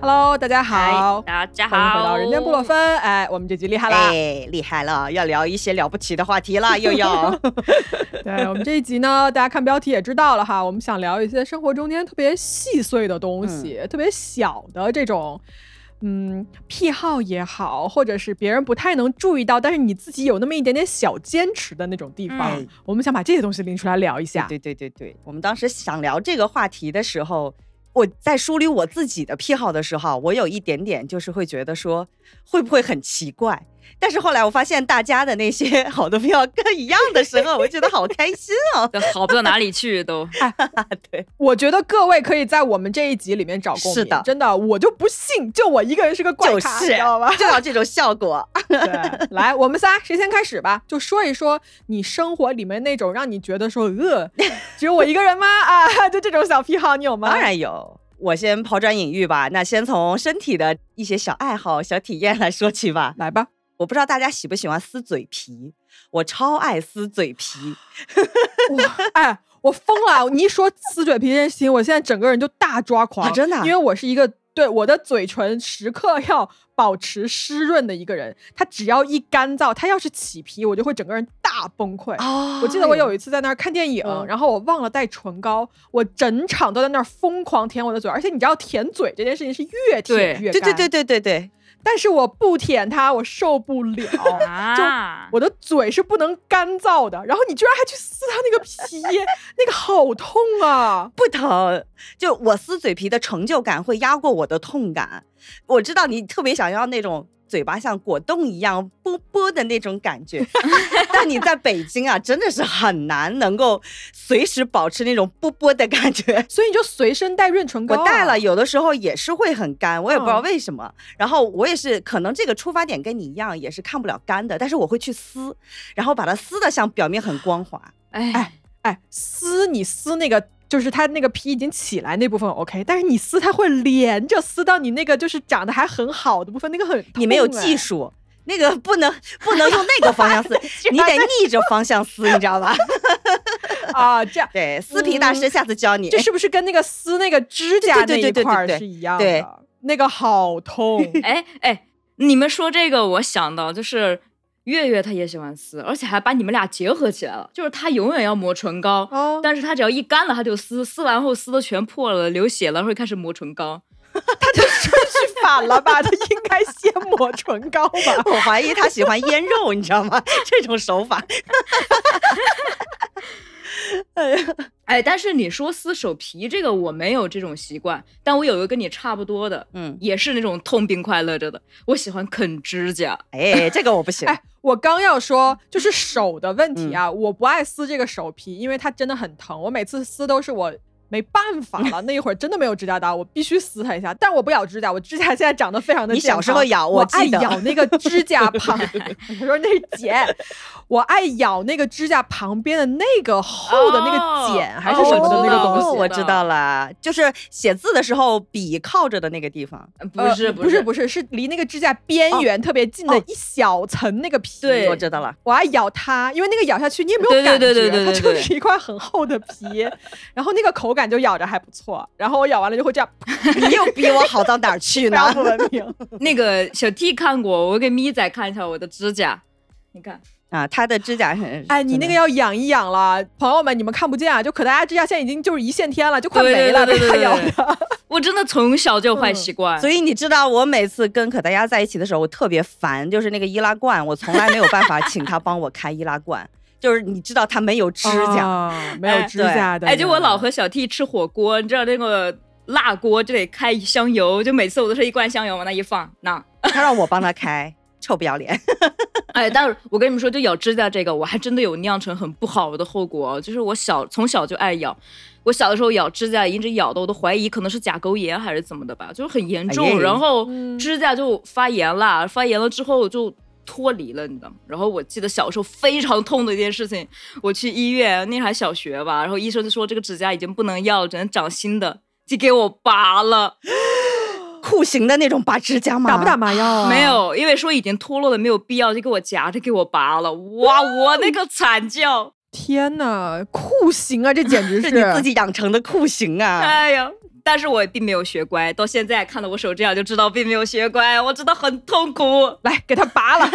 Hello，大家好嗨，大家好，欢迎回到人间布洛芬。哎，我们这集厉害啦！哎，厉害了，要聊一些了不起的话题 了，又要对我们这一集呢， 大家看标题也知道了哈，我们想聊一些生活中间特别细碎的东西，嗯特别小的这种。嗯，癖好也好，或者是别人不太能注意到，但是你自己有那么一点点小坚持的那种地方，嗯我们想把这些东西拎出来聊一下。对对对对，我们当时想聊这个话题的时候，我在梳理我自己的癖好的时候，我有一点点就是会觉得说，会不会很奇怪？但是后来我发现大家的那些好的癖好跟一样的时候，我觉得好开心啊！都 好不到哪里 去都。 对，我觉得各位可以在我们这一集里面找共鸣。是的真的，我就不信，就我一个人是个怪就咖，是你知道吧？就要这种效果。 对，来，我们仨谁先开始吧？就说一说你生活里面那种让你觉得说，呃，只有我一个人吗？ 啊，就这种小癖好，你有吗？ 当，然有。我先抛砖引玉吧，那先从身体的一些小爱好、小体验来说起吧。来吧。我不知道大家喜不喜欢撕嘴皮，我超爱撕嘴皮，哇，哎，我疯了！你一说撕嘴皮这件事情，我现在整个人就大抓狂，啊真的啊因为我是一个对我的嘴唇时刻要保持湿润的一个人，它只要一干燥，它要是起皮，我就会整个人大崩溃。哦我记得我有一次在那儿看电影，嗯然后我忘了带唇膏，我整场都在那儿疯狂舔我的嘴，而且你知道舔嘴这件事情是越舔对越对对干对对对对，但是我不舔它，我受不 了。啊，我的嘴是不能干燥的，然后你居然还去撕它那个皮，那个好痛啊！不疼。就我撕嘴皮的成就感会压过我的痛感。我知道你特别想要那种嘴巴像果冻一样啵啵的那种感觉， 但你在北京啊，真的是很难能够随时保持那种啵啵的感觉。所以你就随身带润唇膏、我啊。带了，有的时候也是会很干，我也不知道嗯为什么。然后我也是，可能这个出发点跟你一样，也是看不了干的，但是我会去撕，然后把它撕的像表面很光 滑。哎，，哎，撕你撕那个。就是它那个皮已经起来那部分 OK，但是你撕它会连着撕到你那个就是长得还很好的部分，那个很你没有痛哎 技术，那个不能不能用那个方向撕，你得逆着方向撕，你知 道吧？啊，这样对，撕皮大师下次教你。嗯这是不是跟那个撕那个指甲那对对一对对对块儿对是一样对？的？那个好痛哎哎，你们说这个，我想到就是月月她也喜欢撕，而且还把你们俩结合起来了，就是她永远要抹唇膏。哦 但是她只要一干了，她就撕，撕完后撕的全破了，流血了，会开始抹唇膏。去反了吧？他应该先抹唇膏吧 我怀疑他喜欢腌肉，你知道吗？ 这种手法，哎，但是你说撕手皮这个，我没有这种习惯，但我有一个跟你差不多的，嗯，也是那种痛并快乐着的。我喜欢啃指甲，哎，这个我不行。哎，我刚要说就是手的问嗯题啊，我不爱撕这个手皮，因为它真的很疼，我每次撕都是我。没办法 了，那一会儿真的没有指甲刀，我必须撕它一下。但我不咬指甲，我指甲现在长得非常的你健小时康候咬我我爱记得咬那个指甲 旁，我说那是茧，我爱咬那个指甲旁边的那个厚的那个茧、哦还是什么的那个东西。哦我的知道了，就是写字的时候笔靠着的那个地方。呃不呃是、不是不是是离那个指甲边缘特别近的哦一小层那个皮。哦对我知道了。我爱咬它，因为那个咬下去你也没有感觉，对对对对对对它就对是一块很厚的 皮，然后那个口感就咬着还不错。然后我咬完了就会这样，你又比我好到哪儿去 非呢？常不文 明。那个小 T 看过，我给咪仔看一下我的指甲，你看，啊，他的指甲很……哎，你那个要养一养了，朋友们，你们看不见啊，就可大家指甲现在已经就是一线天了，就快对对没了，对被对它对咬对的。我真的从小就有坏习惯，嗯所以你知道，我每次跟可达鸭在一起的时候，我特别烦，就是那个易拉罐，我从来没有办法请他帮我开易拉罐，就是你知道他没有指甲，啊没有哎指甲的人，哎，就我老和小 T 吃火锅，你知道那个辣锅就得开香油，就每次我都是一罐香油往那一放，那，他让我帮他开，臭不要脸。哎，但是我跟你们说，就咬指甲这个，我还真的有酿成很不好的后果，哦就是我小从小就爱咬。我小的时候咬指甲，一直咬的我都怀疑可能是甲沟炎还是怎么的吧，就是很严重，哎呀然后嗯指甲就发炎了，发炎了之后就脱离了，你知道吗？然后我记得小时候非常痛的一件事情，我去医院，那还小学吧，然后医生就说这个指甲已经不能要了，只能长新的，就给我拔了，酷刑的那种拔指甲吗？打不打？麻药啊？没。有，因为说已经脱落了，没有必要，就给我夹着给我拔了，哇，我那个惨叫，天呐，酷刑啊！这简直 是你自己养成的酷刑啊！哎呀，但是我并没有学乖，到现在看到我手这样就知道并没有学乖，我真的很痛苦。来给它拔 了。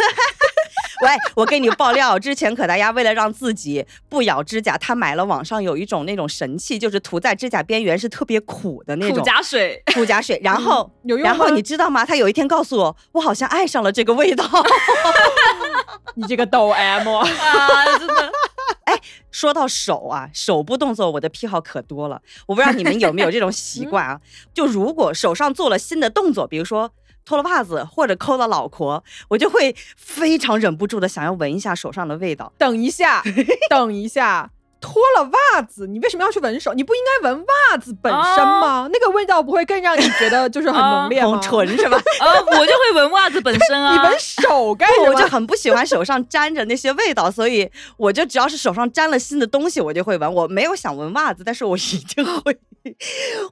喂，我给你爆料，之前可达鸭为了让自己不咬指甲，他买了网上有一种那种神器，就是涂在指甲边缘是特别苦的那苦种甲水，苦甲水。然后， 有用然后吗你知道吗？他有一天告诉我，我好像爱上了这个味道。 你这个抖哎 M，啊，真 的，说到手啊，手部动作我的癖好可多了，我不知道你们有没有这种习惯啊？就如果手上做了新的动作，比如说脱了袜子或者抠了老婆，我就会非常忍不住的想要闻一下手上的味道。等一下，等一下，脱了袜子，你为什么要去闻手？你不应该闻袜子本身哦吗？那个味道不会更让你觉得就是很浓烈吗红？唇是吧？呃，我就会闻袜子本身啊，你闻手干不，哎什 我就么？很不喜欢手上沾着那些味道，所以我就只要是手上沾了新的东西，我就会闻。我没有想闻袜子，但是我一定会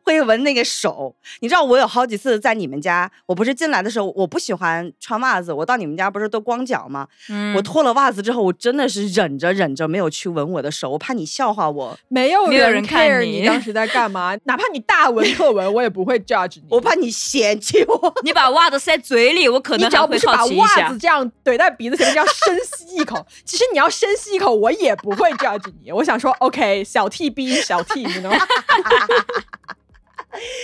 会闻那个手。你知道我有好几次在你们家，我不是进来的时候我不喜欢穿袜子，我到你们家不是都光脚吗？嗯我脱了袜子之后，我真的是忍着忍着没有去闻我的手，我怕你笑话我，没有没有人看 care 你你当时在干嘛，哪怕你大闻特闻，我也不会 judge 你。我怕你嫌弃我。 你把袜子塞嘴里，我可你能只还要会不是好把奇一袜下子。这样怼在鼻子前面，这样深吸一口。其实你要深吸一口，我也不会 judge 你。我想说，OK，小 T 逼小 T，你能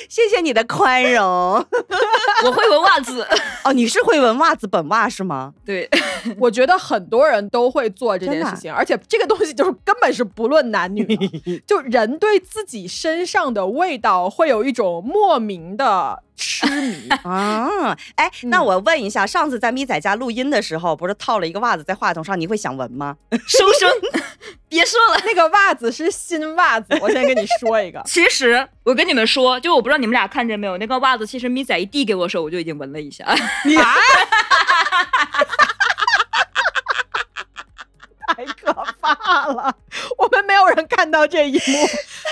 谢谢你的宽容。 我会闻袜 子，哦，你是会闻袜子本袜是吗？对， 我觉得很多人都会做这啊件事情，而且这个东西就是根本是不论男女的， 就人对自己身上的味道会有一种莫名的痴迷。啊，哎，那嗯我问一下，上次在咪仔家录音的时候，不是套了一个袜子在话筒上，你会想闻吗？ 收声， 别说了。，那个袜子是新袜子，我先跟你说一个 其实我跟你们说，就我不知道你们俩看见没有，那个袜子其实咪仔一递给我的时候，我就已经闻了 一下。啊太可怕了！我们没有人看到这一幕，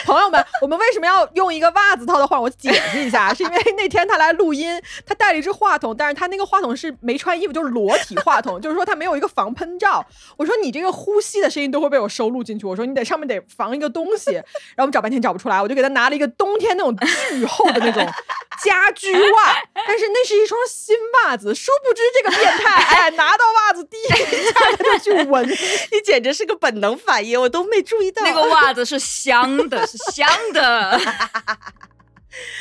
朋友们，我们为什么要用一个袜子套的话筒？我解释一下，是因为那天他来录音，他带了一只话筒，但是他那个话筒是没穿衣服，就是裸体话筒，就是说他没有一个防喷罩。我说你这个呼吸的声音都会被我收录进去，我说你得上面得防一个东西，然后我们找半天找不出来，我就给他拿了一个冬天那种巨厚的那种家居袜，但是那是一双新袜子，殊不知这个变态，哎，拿到袜子第一下他就去闻，你简直是个本能反应，我都没注意到。那个袜子是香的，是香的。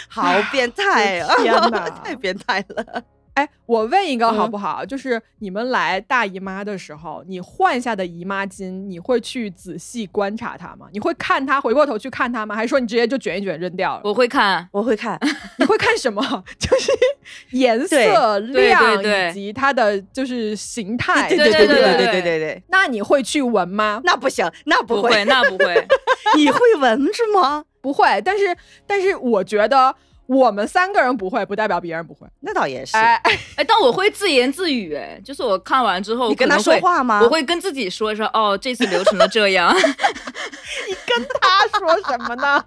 好变态啊！天哪 太变态了。哎，我问一个好不好？就是你们来大姨妈的时候，你换下的姨妈巾，你会去仔细观察它吗？你会看它，回过头去看它吗？还是说你直接就卷一卷扔掉了？我会看，我会看，你会看什么？ 就是颜对色、对量对以及它的就是形态。哎对对对对对对对对对对对，那你会去闻吗？那不行，那不会会，，那不会。你会闻是吗？不会。但是，但是我觉得我们三个人不会，不代表别人不会。那倒也是。哎，哎，但我会自言自语，哎，就是我看完之后，你跟我可他能会说话啊吗 我会跟自己说说，哦，这次流程了这样。跟他说什么呢？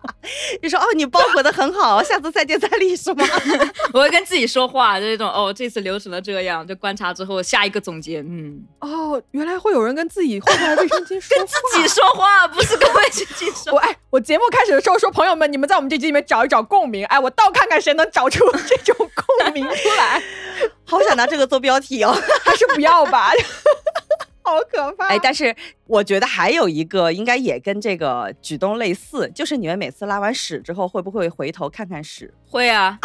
你说哦，你包裹的很好，下次再接再厉是吗？ 我会跟自己说话，就这种哦，这次流程了这样，就观察之后下一个总结，嗯，哦，原来会有人跟自己换下来卫生 巾说话。自己说话不是跟卫生巾说 我哎，我节目开始的时候说，朋友们，你们在我们这集里面找一找共鸣，哎，我倒看看谁能找出这种共鸣出 来，好想拿这个做标题哦。还是不要吧， 好可怕。 哎，但是我觉得还有一个应该也跟这个举动类似，就是你们每次拉完屎之后会不会回头看看屎？会啊，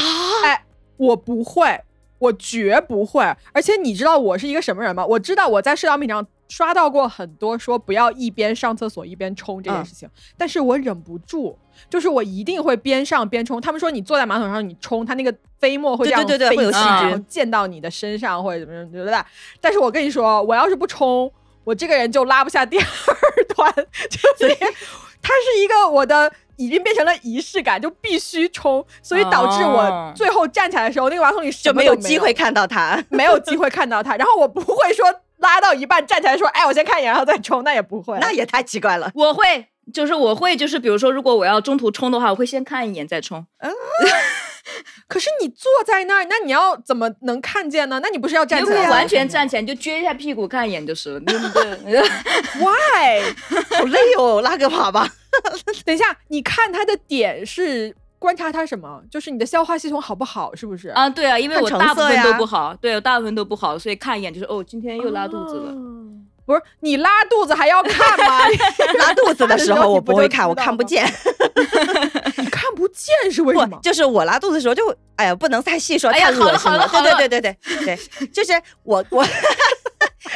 我不会，我绝不会。而且你知道我是一个什么人吗？我知道我在社交媒体上刷到过很多说不要一边上厕所一边冲嗯这件事情，但是我忍不住，就是我一定会边上边冲。他们说你坐在马桶上你冲，它那个飞沫会这样对对对飞会有起细来菌然后溅到你的身上或者怎么怎么的。但是我跟你说，我要是不冲，我这个人就拉不下第二 段，就是它是一个我的已经变成了仪式感，就必须冲，所以导致我啊哦最后站起来的时候，那个马桶里什就么都没有有机会，看到它。 没有机会看到它。然后我不会说拉到一半站起来说，哎，我先看一眼，然后再冲，那也不会。那也太奇怪了，我会，就是我会，就是比如说，如果我要中途冲的话，我会先看一眼再冲。可是你坐在那儿，那你要怎么能看见呢？那你不是要站就起来？完全站起来，你就撅一下屁股看一眼就是了。对不对？ why？好累哦，拉个粑粑。等一下，你看它的点是观察它什么？就是你的消化系统好不好，是不是？ 啊，对啊，因为看我成大部色分都呀不好，对我大部分都不好，所以看一眼就是哦，今天又拉肚子了。哦。不是你拉肚子还要看吗？ 拉肚子的时候我不会看，你我就知道看不吗见。你看不见 是为不什么，？就是我拉肚子的时候就，哎呀，不能太细说，哎呀太恶心好了好对了对对对对对，就是我 我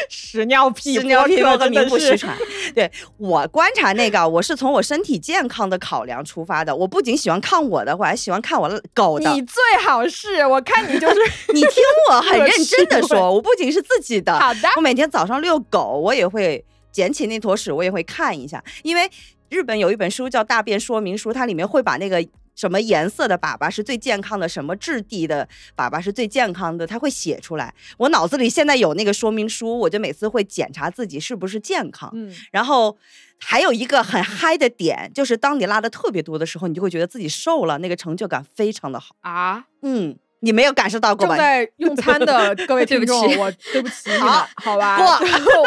屎尿屁，屎尿屁播客我个真名的不是虚传。对我观察那个，我是从我身体健康的考量出发的。我不仅喜欢看我的，我还喜欢看我狗的。你最好是，我看你就是 你听我很认真的恶心 说，我不仅是自己的，好的。我每天早上遛狗，我也会捡起那坨屎，我也会看一下，因为日本有一本书叫《大便说明书》，它里面会把那个。什么颜色的粑粑是最健康的？什么质地的粑粑是最健康的？它会写出来。我脑子里现在有那个说明书，我就每次会检查自己是不是健康。 嗯，然后还有一个很嗨的点，就是当你拉的特别多的时候，你就会觉得自己瘦了，那个成就感非常的好。啊，嗯，你没有感受到过正吧？在用餐 的各位对听不众，起我对不起你们，好好吧？过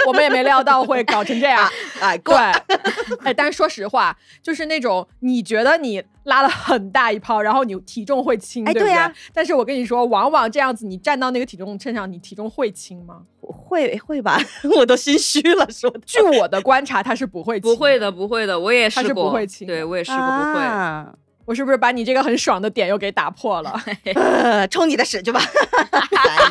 我们也没料到会搞 成这样啊。哎，过对， 哎，但是说实话，就是那种你觉得你拉了很大一泡，然后你体重会轻，哎对不对呀但是我跟你说，往往这样子，你站到那个体重秤上，你体重会轻吗？会会吧， 我都心虚了，说的据我的观察，它是不 会轻，不会。的，不会的，我也他试是不过，会亲对的我也试过，不会。 啊，我是不是把你这个很爽的点又给打破了？呃，冲你的屎去 吧！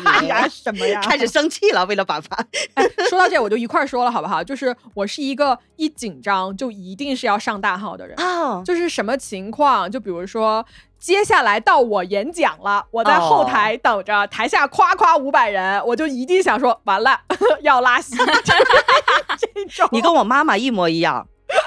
哎呀什么呀开始生气了，为了粑 粑，哎， 说到这，我就一块儿说了，好不好？就是我是一个一紧张就一定是要上大号的人，哦，就是什么情况？就比如说，接下来到我演讲了，我在后台等着，台下夸夸五百人，我就一定想说，完了 要拉稀，这种。你跟我妈妈一模一样。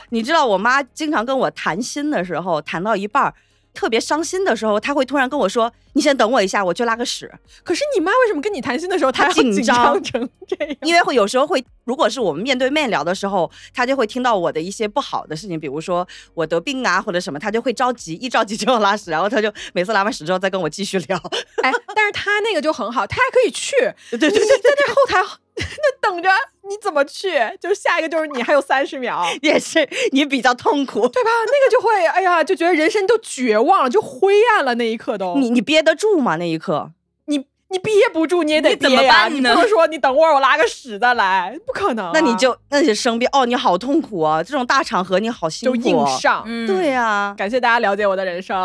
你知道我妈经常跟我谈心的时候，谈到一半儿，特别伤心的时候，她会突然跟我说：“你先等我一下，我去拉个屎。”可是你妈为什么跟你谈心的时候，她要紧紧张成这样？因为会有时候会，如果是我们面对面聊的时候，他就会听到我的一些不好的事情，比如说我得病啊或者什么，他就会着急，一着急就要拉屎，然后他就每次拉完屎之后再跟我继续聊。哎，但是她那个就很好，她还可以 去，对对你对，在那后台 那等着，你怎么去？就是下一个就是你还有三十 秒。也是你比较痛苦，对吧？那个就会，哎呀，就觉得人生都绝望了，就灰暗了。那一刻都，你你憋得住吗？那一刻，你你憋不住，你也得你憋怎么呀！办你呢不能说你等会儿我拉个屎再来，不可能啊、那你就那就生病哦，你好痛苦啊！这种大场合你好辛就苦，哦硬。上。嗯，对呀、感谢大家了解我的人生。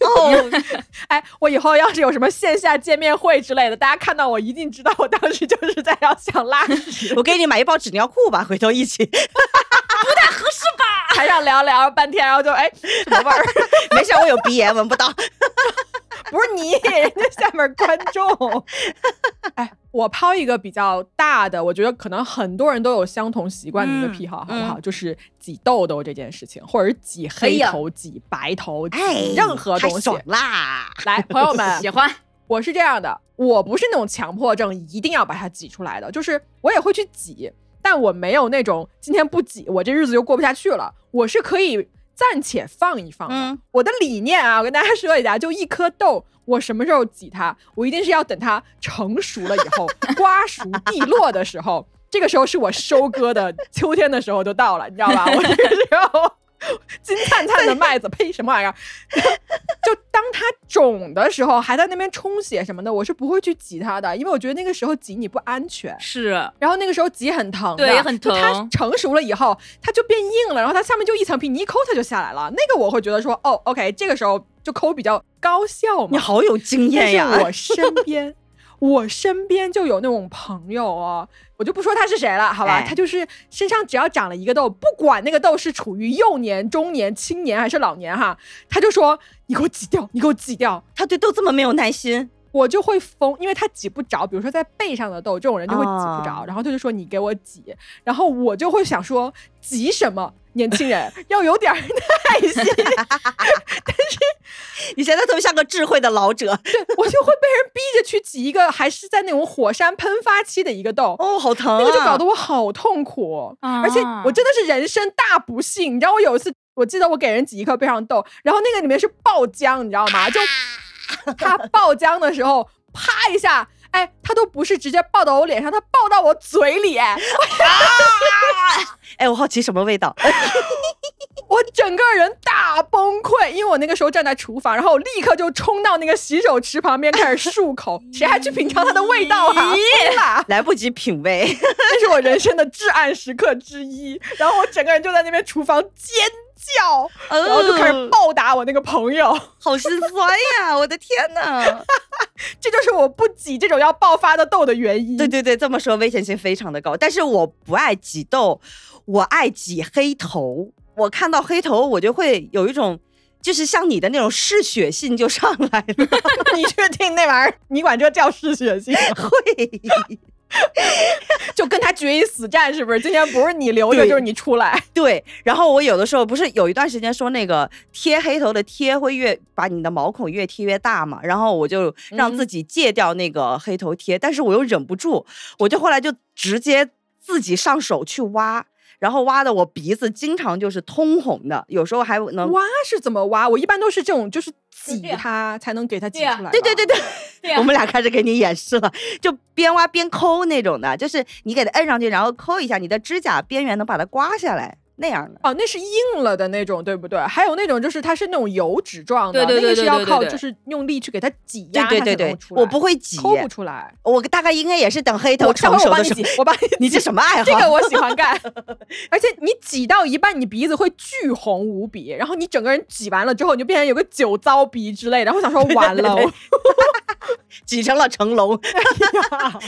哦， 哎，我以后要是有什么线下见面会之类的，大家看到我一定知道我当时就是在要想拉屎， 我给你买一包纸尿裤吧，回头一起。 台上聊聊半天，然后就哎什么味儿？没事，我有鼻炎，闻不到。哎 不是你，人家下面观众。哎，我抛一个比较大的，我觉得可能很多人都有相同习惯的一个嗯癖好，好不好？就是挤痘痘这件事情，或者是挤黑头、挤白头、啊哎挤，任何太东西爽。啦！来，朋友 们，喜欢我是这样的，我不是那种强迫症，一定要把它挤出来的，就是我也会去挤，但我没有那种今天不挤，我这日子就过不下去了。我是可以暂且放一放的。嗯我的理念啊，我跟大家说一下，就一颗豆，我什么时候挤它，我一定是要等它成熟了以后，瓜熟蒂落的时候。这个时候是我收割的，秋天的时候就到了，你知道吧？我这个时候金灿灿的麦子，呸，什么玩意儿？ 就当它肿的时候，还在那边充血什么的，我是不会去挤它的，因为我觉得那个时候挤你不安全。 是然后那个时候挤很疼的，对也很就它疼成熟了以后，它就变硬了，然后它下面就一层皮，你一抠它就下来了。那个我会觉得说，哦，OK，这个时候就抠比较高效你嘛。好有经但验是呀！我身边，我身边就有那种朋友哦，我就不说他是谁了，好吧？哎他就是身上只要长了一个痘，不管那个痘是处于幼年、中年、青年还是老年哈，他就说你给我挤掉，你给我挤掉。他对豆这么没有耐心，我就会疯，因为他挤不着，比如说在背上的痘，这种人就会挤不着，啊然后他就说你给我挤，然后我就会想说挤什么，年轻人要有点儿耐心， 你现在特别像个智慧的老者。我就会被人逼着去挤一个还是在那种火山喷发期的一个痘，哦，好疼、啊！那个就搞得我好痛苦，哦啊而且我真的是人生大不幸，你知道我有一次。我记得我给人挤一颗背上痘，然后那个里面是爆浆，你知道吗？就它爆浆的时候，啪一下，哎，它都不是直接爆到我脸上，它爆到我嘴里，哎哎，我好奇什么味道？我整个人大崩溃，因为我那个时候站在厨房，然后我立刻就冲到那个洗手池旁边开始漱口，谁还去品尝它的味道啊？疯啦！来不及品味，那是我人生的至暗时刻之一。然后我整个人就在那边厨房尖叫，然后就开始暴打我那个朋友。 好心酸呀！我的天呐。这就是我不挤这种要爆发的痘的原因。对对对，这么说危险性非常的高，但是我不爱挤痘，我爱挤黑头。我看到黑头，我就会有一种。就是像你的那种嗜血性就上来了， 你确定那玩意儿？你管这叫嗜血性吗？会，就跟他决一死战，是不是？今天不是你留着，对就是你出来。对。然后我有的时候不是有一段时间说那个贴黑头的贴会越把你的毛孔越贴越大嘛，然后我就让自己戒掉那个黑头贴，但是我又忍不住，我就后来就直接自己上手去挖。然后挖的我鼻子经常就是通红的，有时候还能挖是怎么挖？我一般都是这种，就是挤对啊它才能给它挤出对啊来吧。对对对对，对啊呀我们俩开始给你演示了，就边挖边抠那种的，就是你给它摁上去，然后抠一下，你的指甲边缘能把它刮下来那样的。哦，那是硬了的那种，对不对？还有那种就是它是那种油脂状的，对对对对那个是要对对靠对就是用力去给它挤对压对对对，我不会会挤，抠不出来。我大概应该也是等黑头我待会成儿我帮熟的你时候挤。，我帮你你这什么爱好？这个我喜欢干，而且你挤到一半，你鼻子会巨红无比，然后你整个人挤完了之后，你就变成有个酒糟鼻之类的，然后想说完了，我挤成了 成龙，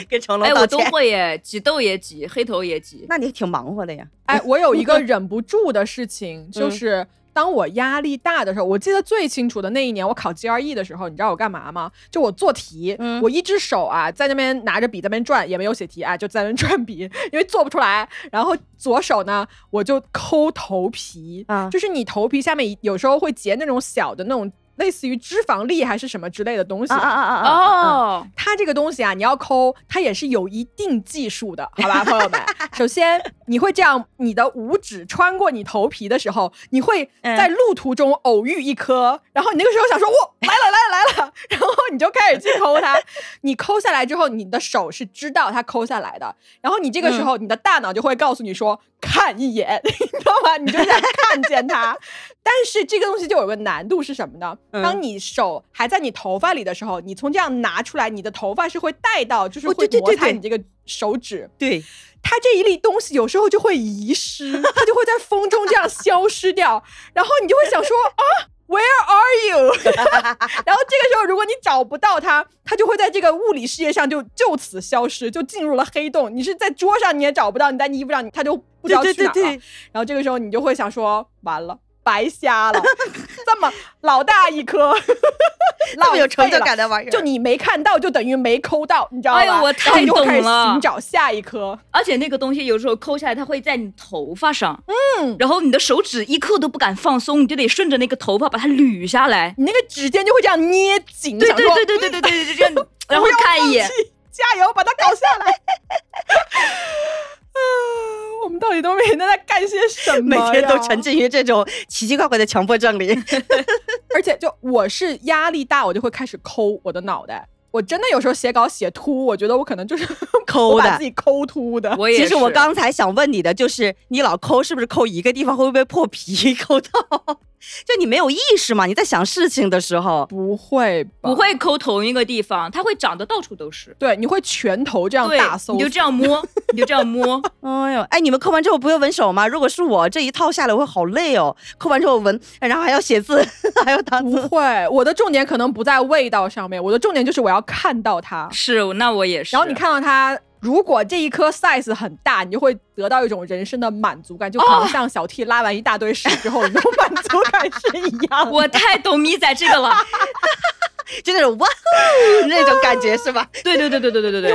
跟成龙哎，道我都歉。会耶，挤痘也挤，黑头也挤。那你挺忙活的呀， 哎，我有一个忍不住的事情，嗯就是当我压力大的时候，我记得最清楚的那一年，我考 GRE 的时候，你知道我干嘛吗？就我做题，嗯我一只手啊在那边拿着笔在那边转，也没有写题啊，就在那边 转笔，因为做不出来。然后左手呢，我就抠头皮，啊就是你头皮下面有时候会结那种小的那种类似于脂肪粒还是什么之类的东西。啊啊啊嗯啊！啊，哦，它这个东西啊，你要抠，它也是有一定技术的，好吧，朋友们。首先，你会这样，你的五指穿过你头皮的时候，你会嗯在路途中偶遇一颗，然后你那个时候想说，哇，来了来了来了， 然后你就开始去抠它。你抠下来之后，你的手是知道它抠下来的，然后你这个嗯时候，你的大脑就会告诉你说，看一眼， 你知道吗？你就想看见它。但是这个东西就有个难度是什么呢？嗯当你手还在你头发里的时候，你从这样拿出来，你的头发是会带到，就是哦会对对摩对擦对你这个手指。对，它这一粒东西有时候就会遗失，它就会在风中这样消失掉， 然后你就会想说啊。Where are you？然后这个时候，如果你找不到它，它就会在这个物理世界上就就此消失，就进入了黑洞。你是在桌上你也找不到，你在衣服上你它就不知对道对去对哪儿了对。，然后这个时候你就会想说，完了，白瞎了，这么老大一 颗，那浪么费有成就了。感的玩意儿，就你没看到，就等于没抠到，你知道吗？哎呦然我后太你就会懂开始了寻找下一颗，而且那个东西有时候抠下来，它会在你头发上，嗯，然后你的手指一刻都不敢放松，你就得顺着那个头发把它捋下来。你那个指尖就会这样捏紧，对想对说对对对对对 对，这样，然后不要看一眼放，弃加油，把它搞下来。 啊，我们到底都每天在干些什么每呀？天都沉浸于这种奇奇怪怪的强迫症里。而且就我是压力大，我就会开始抠我的脑袋。我真的有时候写稿写秃，我觉得我可能就是 抠的我把自己抠秃的。我也其实我是刚才想问你的就是，你老抠是不是抠一个地方会不会破皮 抠到？就你没有意识嘛？你在想事情的时候，不会吧？不。会抠同一个地方，它会长得到处都是。对，你会拳头这样对大，搜你就索，这样摸，你就这样摸， 哎呦，哎，你们抠完之后不会闻手吗？如果是我这一套下来，我会好累哦。抠完之后闻，然后还要写字， 还要打不字。会。我的重点可能不在味道上面，我的重点就是我要看到它。是，那我也是。然后你，看到它，如果这一颗 size 很大，你就会得到一种人生的满足感，就哦可能像小 T 拉完一大堆屎之后，你 那种满足感是一样的。我太懂米仔这个 了。就那种哇 那种感觉是吧？对对对对对对对对，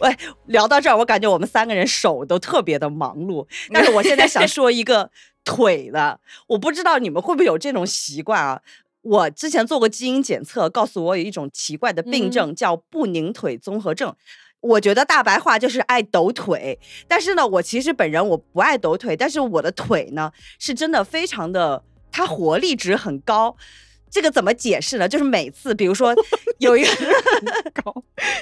喂，聊到这儿，我感觉我们三个人手都特别的忙碌。但是我现在想说一个腿的，我不知道你们会不会有这种习惯啊？我之前做过基因检测，告诉我有一种奇怪的病症、叫不宁腿综合症。我觉得大白话就是爱抖腿，但是呢，我其实本人我不爱抖腿，但是我的腿呢是真的非常的，它活力值很高。这个怎么解释呢？就是每次，比如说有一个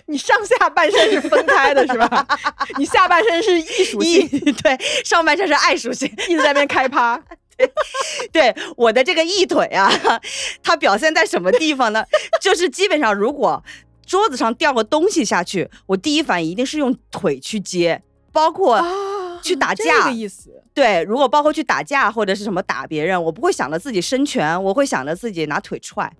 你上下半身是分开的，是吧？ 你下半身是艺术一性，对上半身是爱属性，一直在那边开趴。 对我的这个一腿啊，它表现在什么地方呢？ 就是基本上，如果桌子上掉个东西下去，我第一反应一定是用腿去接，包括啊，哦去打这架个意思。对，如果包括去打架或者是什么打别人，我不会想着自己伸拳，我会想着自己拿腿踹。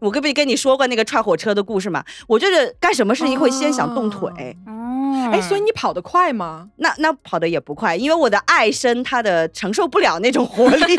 我跟没跟你说过那个踹火车的故事嘛？我就是干什么事情会先想动腿，哦哎，所嗯以你跑得快吗？那那跑的也不快，因为我的爱身它的承受不了那种活力。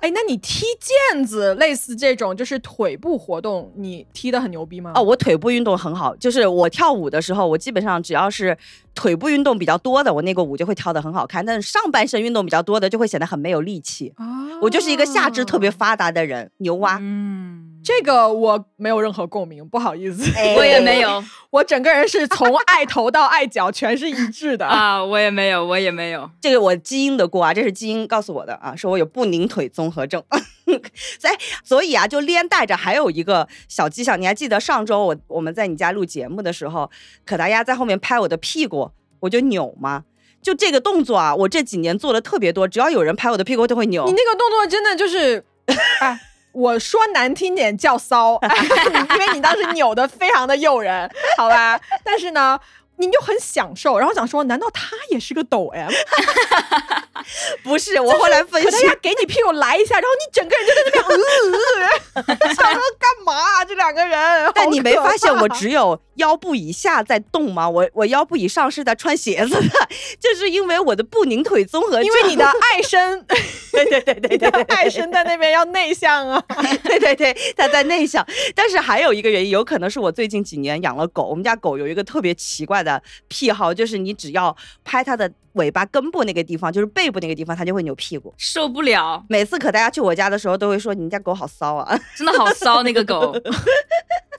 哎，那你踢毽子类似这种就是腿部活动，你踢得很牛逼吗？哦，，我腿部运动很好，就是我跳舞的时候，我基本上只要是腿部运动比较多的，我那个舞就会跳得很好看。但是上半身运动比较多的，就会显得很没有力气。啊我就是一个下肢哦特别。发达的人，牛蛙。嗯，这个我没有任何共鸣，不好意思，哎我也没有我整个人是从爱头到爱脚全是一致的。啊，我也没有，我也没有。这个我基因的锅啊，这是基因告诉我的啊，说我有不拧腿综合症。 所以所以啊，就连带着还有一个小迹象，你还记得上周我我们在你家录节目的时候，可达鸭在后面拍我的屁股，我就扭吗？就这个动作啊，我这几年做的特别多，只要有人拍我的屁股，我都会扭你。那个动作真的就是，哎，我说难听点叫骚， 哎因为你当时扭的非常的诱人，好吧？但是呢。你就很享受，然后想说，难道他也是个抖 M？不是，我后来分可能析要，给你屁股来一下，然后你整个人就在那边，呃 呃呃，想说干嘛啊、这两个人，但你没好可发现我怕只有腰部以下在动吗？我我腰部以上是在穿鞋子的， 就是因为我的不拧腿综合症。因为你的爱身， 对对对对你的对对对 爱身在那边要内向啊。对对对，他在内向。但是还有一个原因，有可能是我最近几年养了狗。我们家狗有一个特别奇怪的癖好，就是你只要拍它的尾巴根部那个地方，就是背部那个地方，它就会扭屁股。受不了，每次可大家去我家的时候，都会说你们家狗好骚啊。真的好骚那个 狗，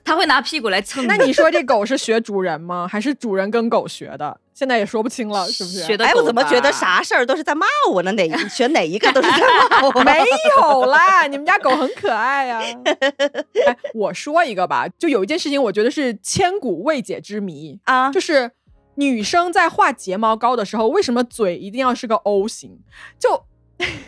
它会拿屁股来蹭。 那你说这狗是学主人吗？还是主人跟狗学的？现在也说不清了，是不是？学的 哎，我狗怎么觉得吧啥事儿都是在骂我呢？哪一选哪一个都是在骂 我。没有啦，你们家狗很可爱呀、哎，我说一个吧，就有一件事情，我觉得是千古未解之谜， 啊，就是女生在画睫毛膏的时候，为什么嘴一定要是个 O 型？就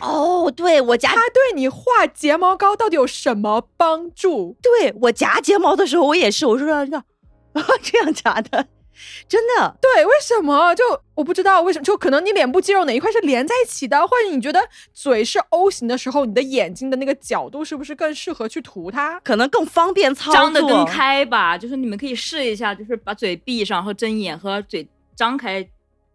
哦，对我夹它对你画睫毛膏到底有什么帮助？对我夹睫毛的时候，我也是，我说让 让这样夹的，真的。对，为什么？就我不知道为什么，就可能你脸部肌肉哪一块是连在一起的，或者你觉得嘴是 O 型的时候，你的眼睛的那个角度是不是更适合去涂它？可能更方便操作，张的更开吧，就是你们可以试一下，就是把嘴闭上，然后睁眼和嘴张开，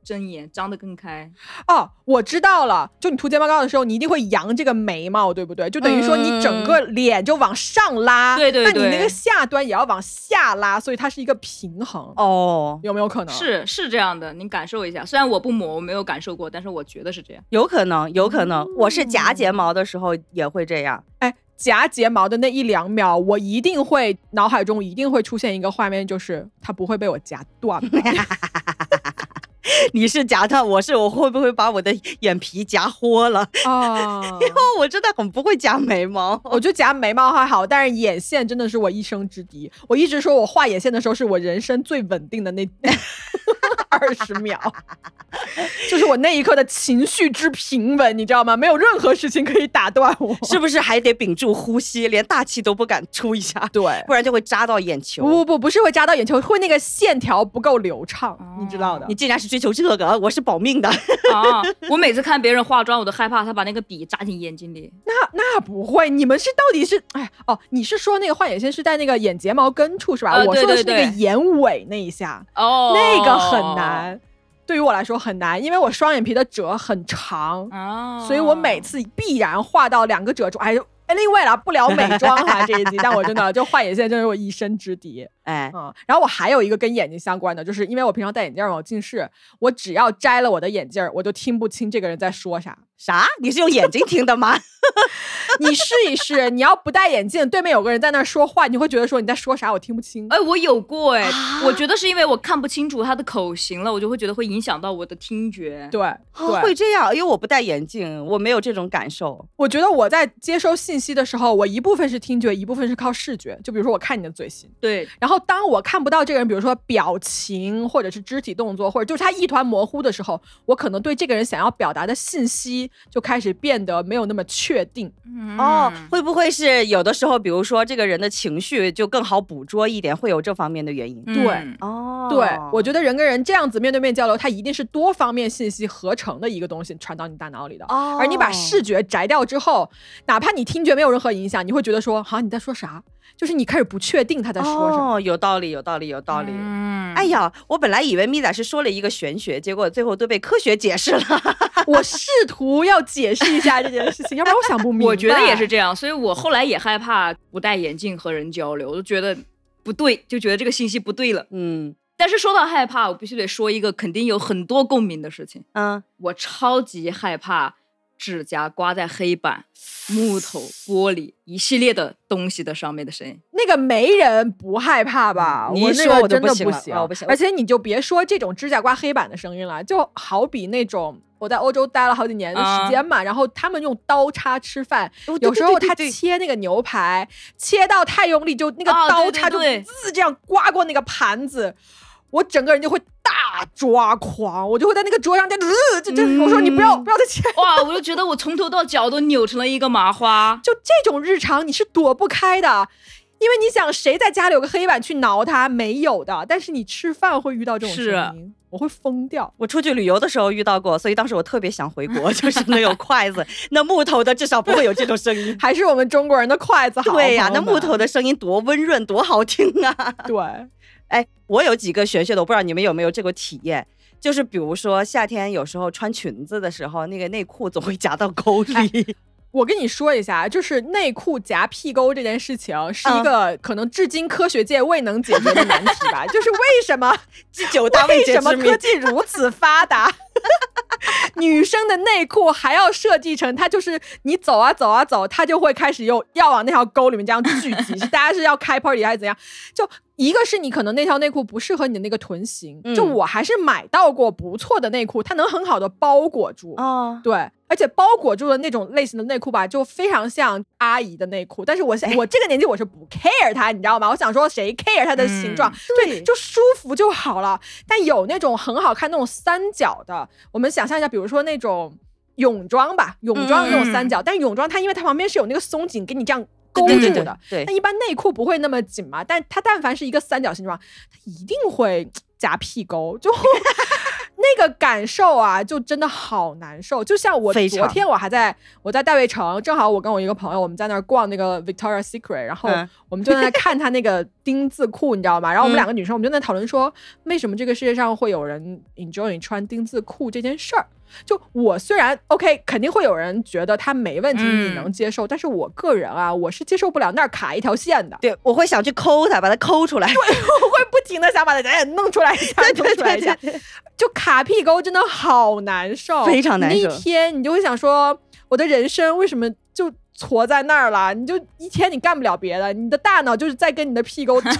睁眼张的更开。哦，我知道了，就你涂睫毛膏的时候，你一定会扬这个眉毛，对不对？就等于说你整个脸就往上拉，嗯对对那你那对个下端也要往下拉，所以它是一个平衡，哦，有没有可能？是是这样的，你感受一下。虽然我不抹，我没有感受过，但是我觉得是这样。有可能，有可能，我是夹睫毛的时候也会这样。 哎，夹睫毛的那一两秒，我一定会脑海中一定会出现一个画面，就是它不会被我夹 断吧。你是夹它，我是我会不会把我的眼皮夹豁了？ 啊，哦，我真的很不会夹眉毛。我觉得夹眉毛还好，但是眼线真的是我一生之敌。我一直说我画眼线的时候是我人生最稳定的那二十秒， 就是我那一刻的情绪之平稳，你知道吗？没有任何事情可以打断我。是不是还得屏住呼吸，连大气都不敢出一下，对，不然就会扎到眼不球？不不，不是会扎到眼球，会那个线条不够流畅，你知道的。你竟然是追求这个，我是保命的。 啊，我每次看别人化妆，我都害怕他把那个笔扎进眼睛里。那那不会，你们是到底是哎哦？你是说那个画眼线是在那个眼睫毛根处是吧？呃我对说的对是那个对眼尾那一下。哦，那个很。难，对于我来说很难，因为我双眼皮的褶很长，哦，所以我每次必然画到两个褶处。哎，哎另外啦，不聊美妆哈、这一集，但我真的就画眼线真是我一生之敌哎，啊、嗯然后我还有一个跟眼睛相关的，就是因为我平常戴眼镜儿嘛，我近视，我只要摘了我的眼镜儿，我就听不清这个人在说啥。啥？你是用眼睛听的 吗？你试一试，你要不戴眼镜，对面有个人在那儿说话，你会觉得说你在说啥，我听不清。哎，我有过哎，啊我觉得是因为我看不清楚他的口型了，我就会觉得会影响到我的听觉。对，对，哦会这样，因为我不戴眼镜，我没有这种感受。我觉得我在接收信息的时候，我一部分是听觉，一部分是靠视觉。就比如说我看你的嘴型，对然后后当我看不到这个人，比如说表情或者是肢体动作，或者就是他一团模糊的时候，我可能对这个人想要表达的信息就开始变得没有那么确定。嗯哦，会不会是有的时候，比如说这个人的情绪就更好捕捉一点，会有这方面的原因？对嗯哦，对，我觉得人跟人这样子面对面交流，它一定是多方面信息合成的一个东西传到你大脑里的。哦，而你把视觉摘掉之后，哪怕你听觉没有任何影响，你会觉得说，好、你在说啥？就是你开始不确定他在说什么。哦，有道理，有道理，有道理。嗯哎呀，我本来以为咪仔是说了一个玄学，结果最后都被科学解释了。 我试图要解释一下这件事情，要不然我想不明白。我觉得也是这样，所以我后来也害怕不戴眼镜和人交流，我就觉得不对，就觉得这个信息不对了。嗯但是说到害怕，我必须得说一个肯定有很多共鸣的事情，嗯，我超级害怕指甲刮在黑板、木头、玻璃一系列的东西的上面的声音。那个没人不害怕吧？你一我那说个我就真的不行了啊我不行而且你就别说这种指甲刮黑板的声音了，就好比那种我在欧洲待了好几年的时间嘛，然后他们用刀叉吃饭，啊哦对有时候他对对对对哦切那个牛排，切到太用力，就那个啊刀对对叉就对滋这样刮过那个盘子，我整个人就会大抓狂，我就会在那个桌上这样，呃就就我说你不要嗯不要再切哇，我就觉得我从头到脚都扭成了一个 麻花。就这种日常你是躲不开的，因为你想谁在家里有个黑板去挠它没有的，但是你吃饭会遇到这种是声音，我会疯掉。。我出去旅游的时候遇到过，所以当时我特别想回国，就是那有筷子，那木头的至少不会有这种声音还是我们中国人的筷子好， 对呀、朋那友们木头的声音多温润，多好听啊！ 对，哎，我有几个玄学的，我不知道你们有没有这个体验，就是比如说夏天有时候穿裙子的时候，那个内裤总会夹到沟里。哎 我跟你说一下，啊就是内裤夹屁沟这件事情，是一嗯个可能至今科学界未能解决的难题吧。 就是为什么这九大未为解什么之谜科，技如此发达？ 女生的内裤还要设计成，它就是你走啊走啊走，它就会开始又要往那条沟里面这样聚集。是 大家是要开 party 还是怎样？就一个是你可能那条内裤不适合你的那个臀型，就嗯我还是买到过不错的内裤，它能很好的包裹住。 哦，对，而且包裹住的那种类型的内裤吧，就非常像阿姨的内裤。但是我哎现我这个年纪我是不 care 它，你知道吗？我想说谁 care 它的形状，嗯对，就舒服就好了。但有那种很好看那种三角的，我们想象一下，比如说那种泳装吧，泳装的那种三角，但是泳装它因为它旁边是有那个松紧，给你这样勾住嗯对的。哎对对对那一般内裤不会那么紧嘛，但它但凡是一个三角形状，它一定会夹屁沟，就 那个感受啊，就真的好难受。就像我非昨常天我还在我在大卫城，正好我跟我一个朋友我们在那儿逛那个 Victoria Secret，然后嗯我们就在那看他那个丁字裤，你知道吗？然后我们嗯两个女生我们就在讨论说，为什么这个世界上会有人 enjoy 穿丁字裤这件事儿。就我虽然 OK，肯定会有人觉得它没问题，嗯你能接受，但是我个人啊，我是接受不了那儿卡一条线的，对，我会想去抠它，把它抠出来。我会不停的想把它哎弄出来一下，弄出来一下，就卡屁沟真的好难受，非常难受那一天你就会想说，我的人生为什么就挫在那儿了？你就一天你干不了别的，你的大脑就是在跟你的屁 沟斗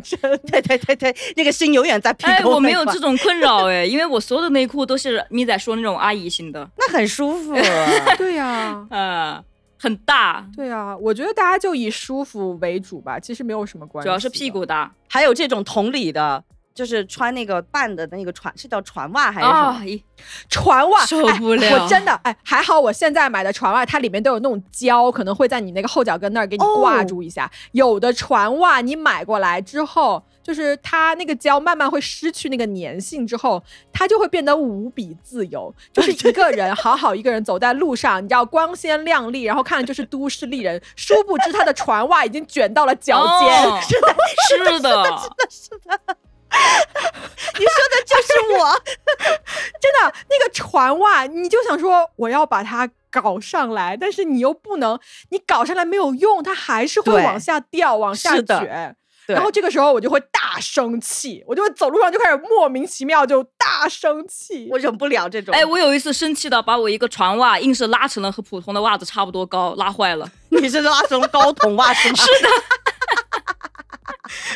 争。对 对对对，那个心永远在屁股、哎，我没有这，种困扰哎，因为我所有的内裤都是咪仔说那种阿姨型的，那很舒服。 啊 对呀、呃，很大，对呀、我觉得大家就以舒服为主吧，其实没有什么关系，主要是屁。股大还有这种同理的，就是穿那个半的那个船，是叫船袜哦还是什么？ 啊，咦船袜受不了哎我真的哎，还好我现在买的船袜，它里面都有那种胶，可能会在你那个后脚跟那儿给你哦挂住一下。有的船袜你买过来之后，就是它那个胶慢慢会失去那个粘性之后，它就会变得无比自由，就是一个人好好一个人走在路上，你知道光鲜亮丽，然后看着就是都市丽人，殊不知他的船袜已经卷到了脚尖。 哦是的，你说的就是我。 真的那个船袜，你就想说我要把它搞上来，但是你又不能，你搞上来没有用，它还是会对往下掉，往下是的卷。对然后这个时候我就会大生气，我就会走路上就开始莫名其妙就大生气。我忍不了这种。哎，我有一次生气到把我一个船袜硬是拉成了和普通的袜子差不多高，拉坏了。你是拉成高筒袜是吗？是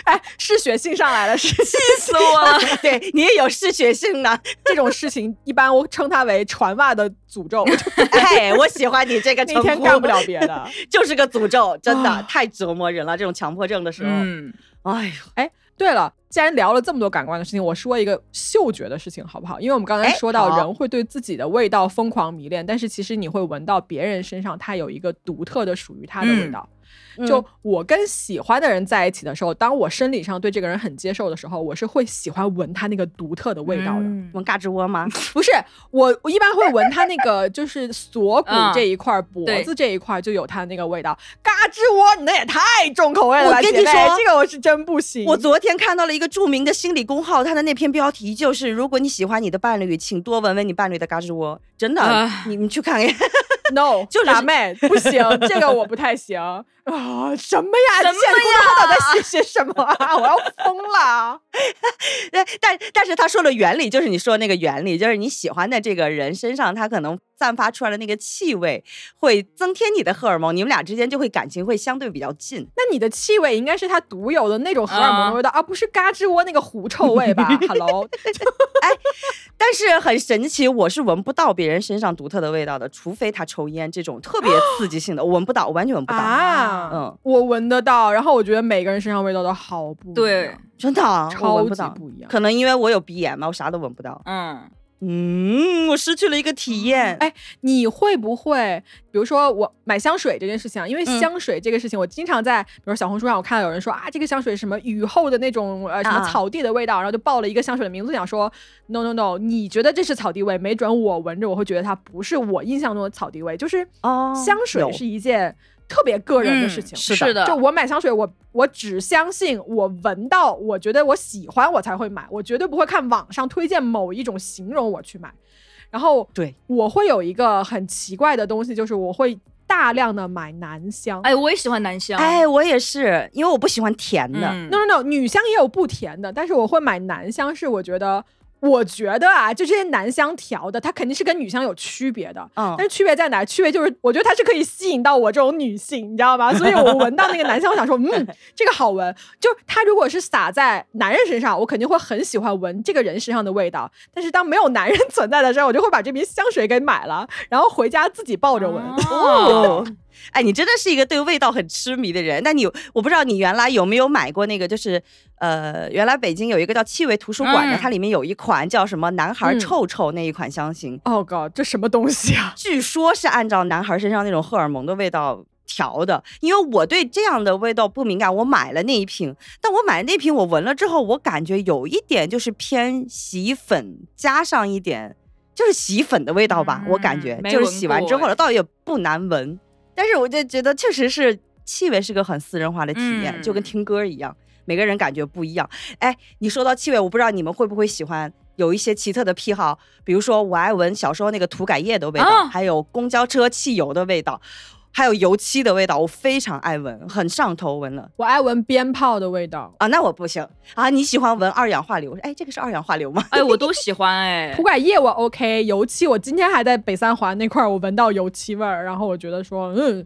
哎，是血性上来了， 是气死我了！的，对你也有嗜血 性呢。这种事情，一般我称它为船袜的诅咒，我就 哎，我喜欢你这个那称天呼干不了别的。就是个诅咒，真的啊太折磨人了。这种强迫症的时候，嗯，哎呦，对了，既然聊了这么多感官的事情，我说一个嗅觉的事情好不好？因为我们刚才哎说到好人会对自己的味道疯狂迷恋，但是其实你会闻到别人身上它有一个独特的属于它的味嗯道。嗯就我跟喜欢的人在一起的时候，当我生理上对这个人很接受的时候，我是会喜欢闻他那个独特的味道的。闻嘎吱窝吗？不是我，我一般会闻它那 个就是锁骨嗯这一块儿、脖对子这一块儿就有它那个味道。嘎吱窝，你那也太重口味了吧，我跟姐你妹说这个我是真不行。我昨天看到了一个著名的心理公号，它的那篇标题就是“如果你喜欢你的伴侣，请多闻闻你伴侣的嘎吱窝”。真的，啊你你去看看。 no，就是辣妹不行，这个我不太行啊！什么呀？什么呀你现在公众号到底在写些什么啊？我要疯了！但但但是他说的原理就是你说的那个原理，就是你喜欢的这个人身上，他可能散发出来的那个气味会增添你的荷尔蒙，你们俩之间就会感情会相对比较近。那你的气味应该是它独有的那种荷尔蒙的味道，啊而、不是嘎吱窝那个狐臭味吧？Hello，但是很神奇，我是闻不到别人身上独特的味道的，除非他抽烟这 种特别刺激性的，我闻不到，我完全闻不到。啊，嗯我闻得到。然后我觉得每个人身上味道都好不一样对，真的啊，我超闻级不到。不一样。可能因为我有鼻炎嘛，我啥都闻不到。嗯，嗯，我失去了一个体验。哎你会不会，比如说我买香水这件事情啊，因为嗯香水这个事情，我经常在比如小红书上，我看到有人说啊，这个香水是什么雨后的那种呃什么啊草地的味道，然后就报了一个香水的名字，想说 no no no，你觉得这是草地味，没准我闻着我会觉得它不是我印象中的草地味，就是哦香水有是一件特别个人的嗯事情。是是的的，就我买香水，我我只相信我闻到，我觉得我喜欢，我才会买，我绝对不会看网上推荐某一种形容我去买。然后对我会有一个很奇怪的东西，就是我会大量的买男香。哎，我也喜欢男香，哎，我也是，因为我不喜欢甜的。嗯， no no no，女香也有不甜的，但是我会买男香，是我觉得。我觉得啊，就这些男香调的，它肯定是跟女香有区别的。嗯但是区别在哪儿？区别就是，我觉得它是可以吸引到我这种女性，你知道吧？所以我闻到那个男香，我想说，嗯，这个好闻。就是它如果是撒在男人身上，我肯定会很喜欢闻这个人身上的味道。但是当没有男人 存在的时候，我就会把这瓶香水给买了，然后回家自己抱着闻。 哦， 哎，你真的是一个对味道很痴迷的人。那你我不知道你原来有没有买过那个，就是呃，原来北京有一个叫气味图书馆的，嗯它里面有一款叫什么“男孩嗯臭臭”那一款香型，哦、god，这什么东西啊？ 据说是按照男孩身上那种荷尔蒙的味道。调的，因为我对这样的味道不敏感，我买了那一瓶。但我买了那瓶，我闻了之后，我感觉有一点就是偏洗衣粉，加上一点就是洗衣粉的味道吧，我感觉嗯没就是闻洗完过之后了，哎倒也不难闻。但是我就觉得确实是气味是个很私人化的体验，就跟嗯听歌一样，每个人感觉不一样。哎，你说到气味，我不知道你们会不会喜欢有一些奇特的癖好，比如说我爱闻小时候那个涂改液的味道，啊还有公交车汽油的味道，还有油漆的味道，我非常爱闻，很上头闻了。我爱闻鞭炮的味道。啊，那我不行啊！你喜欢闻二氧化硫？哎，这个是二氧化硫吗？哎，我都喜欢哎涂，改液我 OK，油漆我今天还在北三环那块儿，我闻到油漆味儿，然后我觉得说，嗯，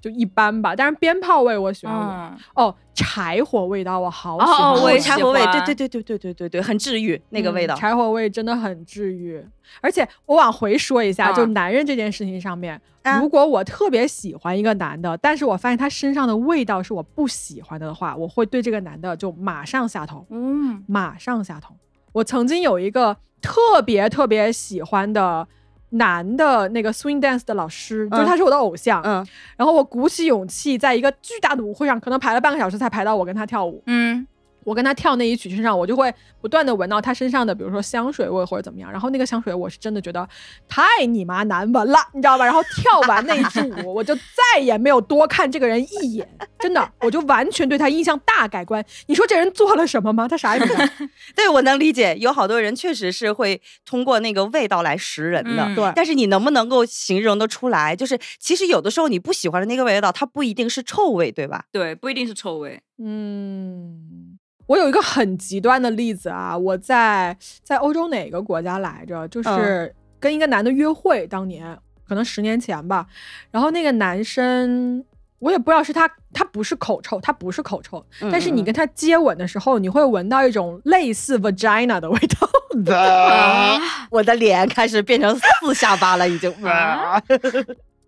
就一般吧。但是鞭炮味我喜欢闻。嗯，哦，柴火味道我好哦喜欢哦闻。 我也喜柴欢火味，对对对对对对对对，很治愈那个味嗯。道柴火味真的很治愈。而且我往回说一下，啊就男人这件事情上面，啊如果我特别喜欢一个男的，但是我发现他身上的味道是我不喜欢的的话，我会对这个男的就马上下头。嗯，马上下头。我曾经有一个特别特别喜欢的男的那个 swing dance 的老嗯师，就是他是我的偶像。嗯，然后我鼓起勇气，在一个巨大的舞会上，可能排了半个小时才排到我跟他跳舞。嗯，我跟他跳那一曲身上，我就会不断的闻到他身上的，比如说香水味或者怎么样。然后那个香水我是真的觉得太你妈难闻了，你知道吧？然后跳完那一支舞，我就再也没有多看这个人一眼，真的，我就完全对他印象大改观。你说这人做了什么吗？他啥也没干。对我能理解，有好多人确实是会通过那个味道来识人的。嗯对但是你能不能够形容得出来？就是其实有的时候你不喜欢的那个味道，它不一定是臭味，对吧？对，不一定是臭味，嗯，我有一个很极端的例子啊，我在在欧洲哪个国家来着？就是跟一个男的约会，当年可能十年前吧。然后那个男生，我也不知道是他，他不是口臭，他不是口臭，嗯但是你跟他接吻的时候，你会闻到一种类似 vagina 的味道。 啊我的脸开始变成四下巴了，已经。啊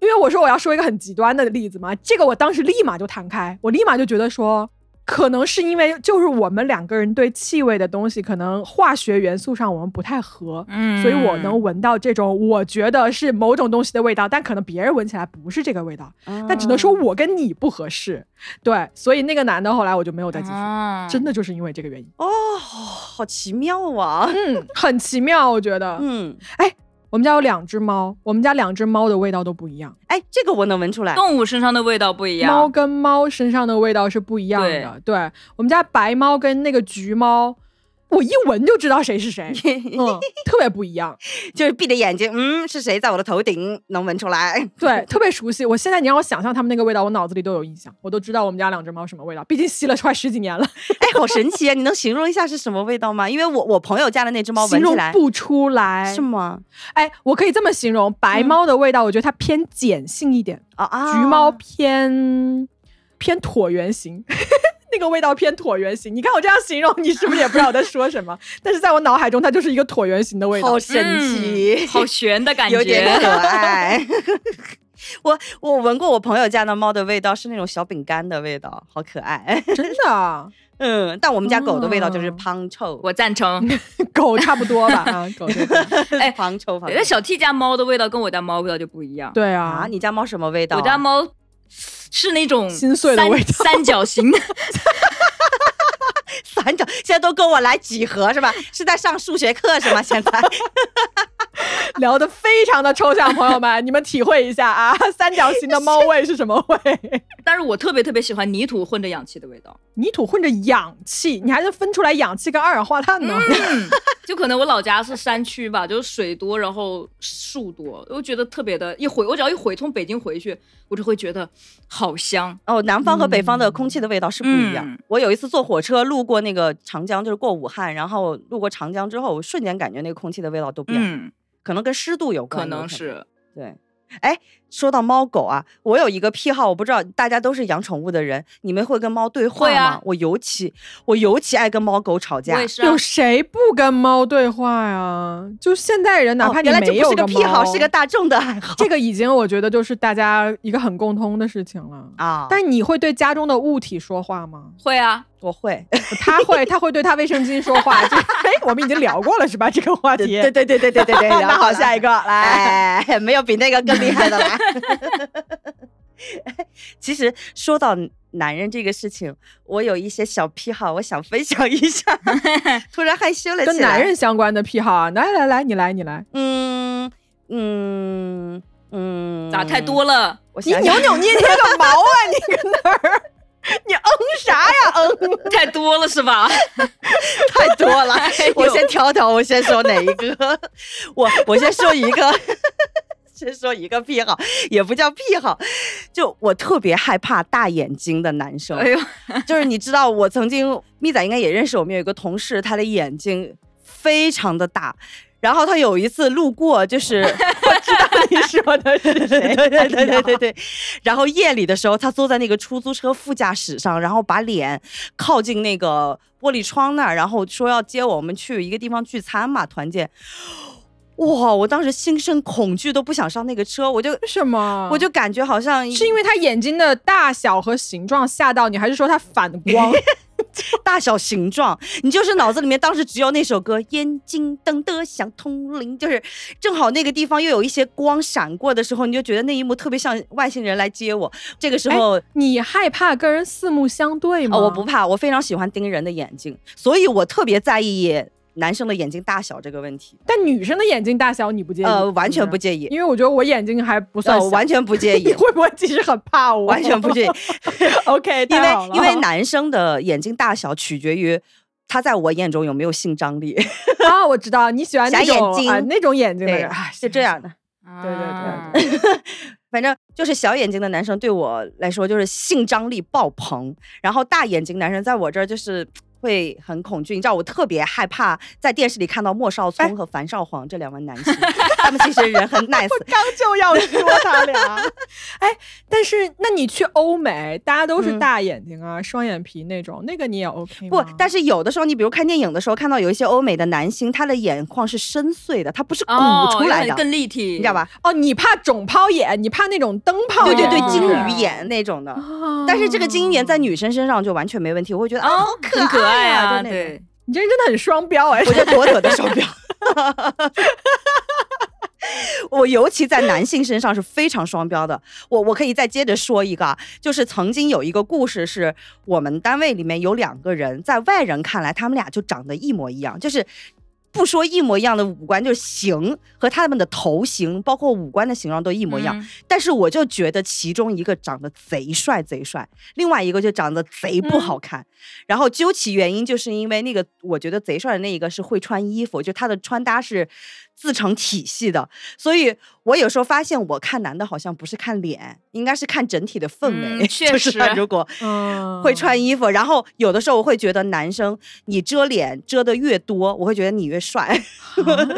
因为我说我要说一个很极端的例子嘛，这个我当时立马就弹开，我立马就觉得说，可能是因为就是我们两个人对气味的东西，可能化学元素上我们不太合，嗯所以我能闻到这种我觉得是某种东西的味道，但可能别人闻起来不是这个味道，啊嗯但只能说我跟你不合适。对，所以那个男的后来我就没有再继续，啊真的就是因为这个原因。哦，好奇妙啊！嗯，很奇妙，我觉得。嗯，我们家有两只猫，我们家两只猫的味道都不一样，哎，这个我能闻出来。嗯动物身上的味道不一样。猫跟猫身上的味道是不一样的。对我们家白猫跟那个橘猫，我一闻就知道谁是谁， 嗯，特别不一样，就是闭着眼睛，嗯，是谁在我的头顶能闻出来？ 对，特别熟悉。我现在你让我想象它们那个味道，我脑子里都有印象，我都知道我们家两只猫什么味道，毕竟吸了快十几年了，哎，好神奇啊！你能形容一下是什么味道吗？因为我我朋友家的那只猫形闻起容来不出来。是吗？嗯哎，我可以这么形容，白猫的味道，我觉得它偏碱性一点。啊啊！橘猫偏偏椭圆形， 那个味道偏椭圆形。你看我这样形容，你是不是也不知道我在说什么？ 但是在我脑海中，它就是一个椭圆形的味道好。神奇嗯，好悬的 感觉，有点 可爱。我我闻过我朋友家的猫的味道，是那种小饼干的味道，好可爱。 真的啊，嗯，但我们家狗的味道就是哦胖臭，我赞 成。 狗差不多吧？ 啊，狗差不多哎 胖臭胖臭。那小 T 家猫的味道跟我家猫味道就不一样。对啊啊，，你家猫什么味道啊？我家猫是那种心碎的三味道三角形的。 三种，现在都跟我来几何是吧？是在上数学课是吗？现在 聊得非常的抽象，朋友们，你 们体会一下啊，三角形的猫味是什么味？ 但是我特别特别喜欢泥土混着氧气的味道。泥土混着氧气，你还能分出来氧气跟二氧化碳呢？嗯， 就可能我老家是山区吧，就是水多，然后树多，我觉得特别的。一回我只要一回从北京回去，我就会觉得好香。哦，南方和北方的空气的味道是不一样。嗯我有一次坐火车路过那个长江，就是过武汉，然后路过长江之后，我瞬间感觉那个空气的味道都变了，嗯，可能跟湿度有关，可有能是对。哎，说到猫狗啊，我有一个癖好，我不知道大家都是养宠物的人，你们会跟猫对话会吗？啊我尤其我尤其爱跟猫狗吵架我也。是、啊有。谁不跟猫对话呀？就现代人，哪哦怕你原来这没不有是个个癖好，猫是个大众的爱好这个已经我觉得就是大家一个很共通的事情了。 啊。但你会对家中的物体说话吗？会啊，我 会，他会，他会对他卫生巾说 话。这哎，我们已经聊过了是吧？这个话题。对对对对对对 对，那然后好，下一个来。哎，没有比那个更厉害的了。 其实说到男人这个事情，我有一些小癖好，我想分享一 下，突然害羞了起来。跟男人，相关的癖好啊，来来来，你来你来，嗯嗯嗯，咋太？多了？我你想扭想，扭捏捏个毛啊！你搁那儿，你啊嗯啥呀？嗯，太多了是 吧？ 太多了哎呦，我先挑挑，我先说哪一个？我我先说一个， 先说一个癖好，也不叫癖好，就我特别害怕大眼睛的男生。哎呦，就是你知道，我曾经咪仔应该也认识，我们有一个同事，他的眼睛非常的大。然后他有一次路过，就是你说的是谁？ 对对对对哎对对。然后夜里的时候，他坐在那个出租车副驾驶上，然后把脸靠近那个玻璃窗那儿，然后说要接我们去一个地方聚餐嘛，团建。哇！我当时心生恐惧，都不想上那个车，我就为什么？我就感觉好像是因为他眼睛的大小和形状吓到你，还是说他反 光？大小形状，你就是脑子里面当时只有那首歌《眼睛瞪得像铜铃》，就是正好那个地方又有一些光闪过的时候，你就觉得那一幕特别像外星人来接我。这个时候。你害怕跟人四目相对吗？哦，我不怕，我非常喜欢盯人的眼睛，所以我特别在意男生的眼睛大小这个问题。但女生的眼睛大小你不介意？呃，完全不介介意，因为我觉得我眼睛还不算呃小，完全不介你 意，会不会其实很怕我？完全不 介意。 OK， 因为太好了 因为男生的眼睛大小取决于他在我眼中有没有性张力，啊，我知道你喜欢那种小眼睛啊那种眼睛的对人，哎，是这样的。对对啊对反正就是小眼睛的男生对我来说就是性张力爆棚，然后大眼睛男生在我这儿就是会很恐惧。你知道，我特别害怕在电视里看到莫少哎聪和樊少皇这两位男星， 他们其实 人很 nice，刚就要说他 俩。哎，但是那你去欧美，大家都是嗯大眼睛啊、双眼皮那种，那个你也 OK 不吗，但是有的时候，你比如看电影的时候，看到有一些欧美的男星，他的眼眶是深邃的，他不是鼓哦，出来的，更立体，你知道？吧？哦，你怕肿泡眼，你怕那种灯泡对眼，哦对对哦，金是不鱼是眼那种的。但是这个金鱼眼在女生身上就完全没问题，我会觉得啊， 哦好，可很可爱啊，啊，就那种，对，你这人真的很双标哎。我就朵朵的手表。我尤其在男性身上是非常双标的。我我可以再接着说一个，啊，就是曾经有一个故事，是我们单位里面有两个人，在外人看来他们俩就长得一模一样，就是不说一模一样的五官，就是形和他们的头型，包括五官的形状都一模一样。嗯但是我就觉得其中一个长得贼帅贼帅，另外一个就长得贼不好看。然后究其原因，就是因为那个我觉得贼帅的那一个是会穿衣服，就他的穿搭是自成体系的。所以我有时候发现，我看男的好像不是看脸，应该是看整体的氛嗯 围。确就是他实如果嗯会穿衣服，然后有的时候我会觉得男生你遮脸遮的越多，我会觉得你越帅。啊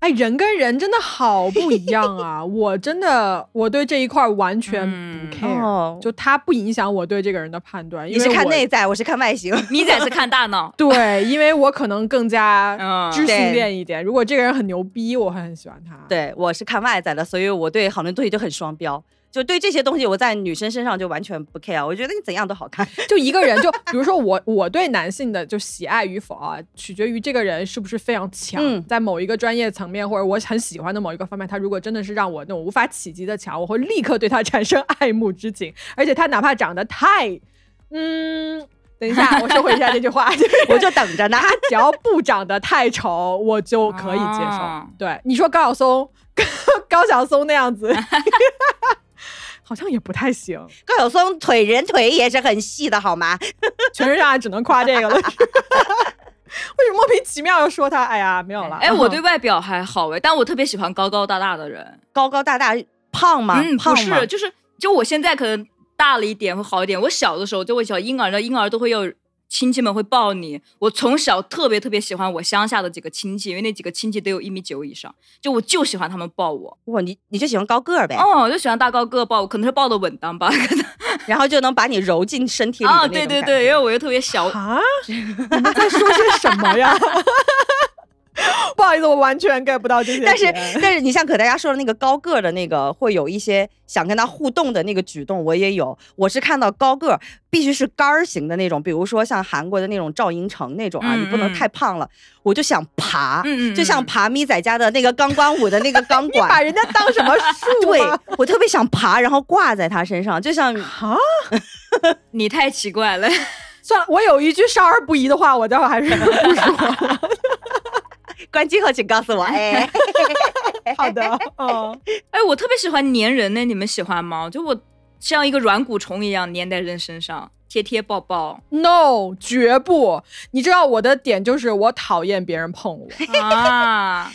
哎，人跟人真的好不一样啊！我真的，我对这一块儿完全嗯不 care，、 哦就它不影响我对这个人的判断。你因为是看我，内在，我是看外形。米仔是看大 脑 对，因为我可能更加嗯知性对恋一点。如果这个人很牛逼，我会很喜欢他。，对，我是看外在的，所以我对好多东西就很双标，就对这些东西我在女生身上就完全不 care，我觉得你怎样都好看。就一个人就，比如说我，我对男性的就喜爱与否啊，取决于这个人是不是非常强，嗯在某一个专业层面或者我很喜欢的某一个方面，他如果真的是让我那种无法企及的强，我会立刻对他产生爱慕之情。而且他哪怕长得太，嗯，等一下，我收回一下这句话，就是我就等着呢。 他只要不长得太丑，我就可以接受。啊对，你说高晓松， 高晓松那样 子，好像也不太行。高晓松腿人腿也是很细的，好吗？全身上下只能夸这个了。 是为什么莫名其妙又说他？哎呀，没有了。哎， 我对外表还好哎，但我特别喜欢高高大大的人，高高大大，胖吗？嗯，胖不吗是，？就是就我现在可能大了一点会好一点。我小的时候就会小婴儿，的婴儿都会有亲戚们会抱你。我从小特别特别喜欢我乡下的几个亲戚，因为那几个亲戚都有一米九以上，就我就喜欢他们抱我。哇，你你就喜欢高个儿呗，哦，我就喜欢大高个抱我，可能是抱的稳当吧。然后就能把你揉进身体里的那啊，种对感对觉对，因为我又特别小。啊，你们在说些什么呀？ 不好意思，我完全 get 不到这些点。但是但是你像可大家说的那个高个儿的那个，会有一些想跟他互动的那个举动，我也有。我是看到高个儿必须是杆儿型的那种，比如说像韩国的那种赵寅成那种啊，嗯你不能嗯太胖了，我就想爬，嗯嗯嗯就像爬咪仔家的那个钢管舞的那个钢你把管。人家当什么树对 吗？，我特别想爬，然后挂在他身上，就像啊，你太奇怪了， 算了，我有一句少儿不宜的话，我待会儿还是 不说。关机后请告诉我。哎，好的，嗯，哎，我特别喜欢粘人呢，你们喜欢吗？就我像一个软骨虫一样粘在人身上，贴贴抱 抱 no，绝不。你知道我的点就是我讨厌别人碰我。啊。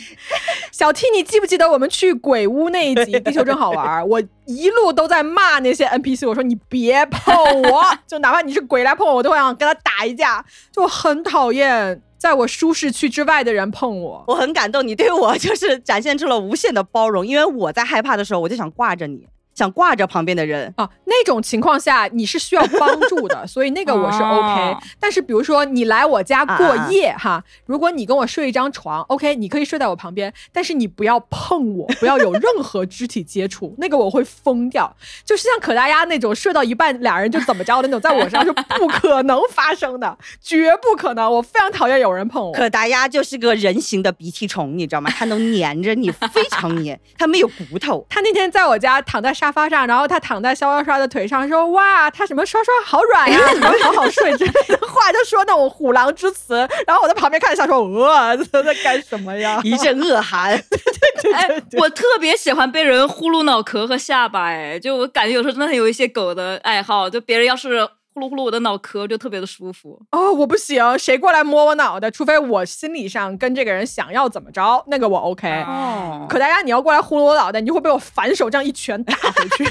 小 T，你记不记得我们去鬼屋那一集《地球真好玩》儿？我一路都在骂那些 NPC，我说你别碰我，就哪怕你是鬼来碰我，我都会想跟他打一架。就我很讨厌在我舒适区之外的人碰我。我很感动，你对我 就是展现出了无限的包容，因为我在害怕的时候，我就想挂着你，想挂着旁边的人。啊，那种情况下你是需要帮助的，所以那个我是 OK 哦。但是比如说你来我家啊过啊夜哈，如果你跟我睡一张床，OK，你可以睡在我旁边，但是你不要碰我，不要有任何肢体接触，那个我会疯掉。就是像可达鸭那种睡到一半俩人就怎么着的那种，在我身上是不可能发生的，绝不可能。我非常讨厌有人碰我。可达鸭就是个人形的鼻涕虫，你知道吗？它能粘着你，非常粘，它没有骨头。他那天在我家躺在沙发上，然后他躺在肖刷刷的腿上，说：“哇，他什么刷刷好软 呀、什么好好睡之类的 话，就说那种虎狼之词。”然后我在旁边看一下，说：“呃，他在干什么呀一阵恶寒， 哎，我特别喜欢被人呼噜脑壳和下巴，哎，就我感觉有时候真的有一些狗的爱好，就别人要是呼噜呼噜我的脑壳，就特别的舒服。哦，我不行，谁过来摸我脑袋，除非我心理上跟这个人想要怎么着，那个我 OK。 哦可大家你要过来呼噜我脑袋，你就会被我反手这样一拳 打回去，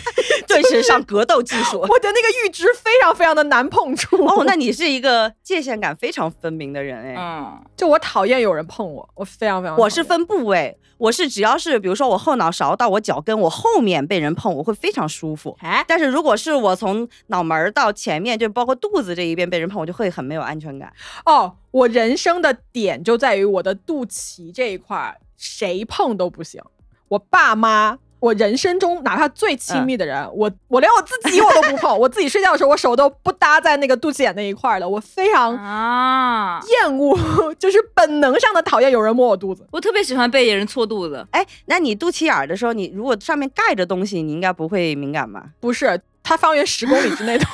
顿时上格斗技术。我的那个阈值非常非常的难碰触。哦，那你是一个界限感非常分明的人哎。嗯，就我讨厌有人碰我，我非常非常讨厌。我是分部位，我是只要是比如说我后脑勺到我脚跟，我后面被人碰，我会非常舒服。哎，但是如果是我从脑门儿到前面，就包括肚子这一边被人碰，我就会很没有安全感。哦，我人生的点就在于我的肚脐这一块儿，谁碰都不行。我爸妈，我人生中哪怕最亲密的人，我我连我自己我都不碰，我自己睡觉的时候我手都不搭在那个肚脐眼那一块儿的，我非常啊，厌恶， 就是本能上的讨厌有人摸我肚子。我特别喜欢被人搓肚子。哎，那你肚脐眼儿的时候，你如果上面盖着东西，你应该不会敏感吧？不是，他方圆十公里之内的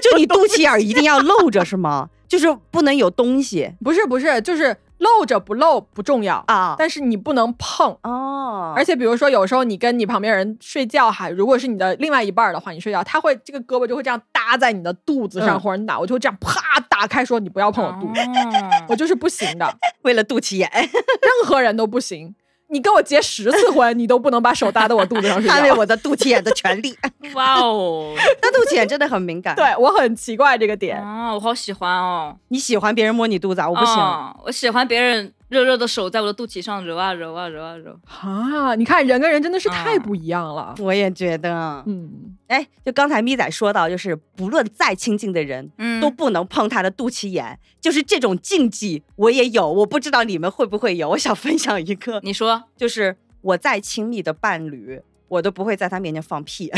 就你肚脐眼儿一定要露着是吗？就是不能有东西 不是不是，就是露着不露不重要，啊。但是你不能碰。哦，而且比如说，有时候你跟你旁边人睡觉哈，如果是你的另外一半儿的话，你睡觉，他会这个胳膊就会这样搭在你的肚子上、嗯哦或者你脑，我就会这样啪打开说你不要碰我肚子，我嗯就是不行的，为了肚脐眼，任何人都不行。你跟我结十次婚，你都不能把手搭在我肚子上睡捍卫觉。我的肚脐眼的权利。哇哦，那肚脐眼真的很敏感。，对我很奇怪这个点，嗯啊，我好喜欢哦！你喜欢别人摸你肚子啊？我不行。哦我喜欢别人热热的手在我的肚脐上揉啊揉啊揉啊揉。啊，你看人跟人真的是太嗯不一样了。我也觉得，嗯，哎，就刚才咪仔说到，就是不论再亲近的人，嗯都不能碰他的肚脐眼，就是这种禁忌我也有，我不知道你们会不会有。我想分享一个，你 说就是我再亲密的伴侣，我都不会在他面前放屁，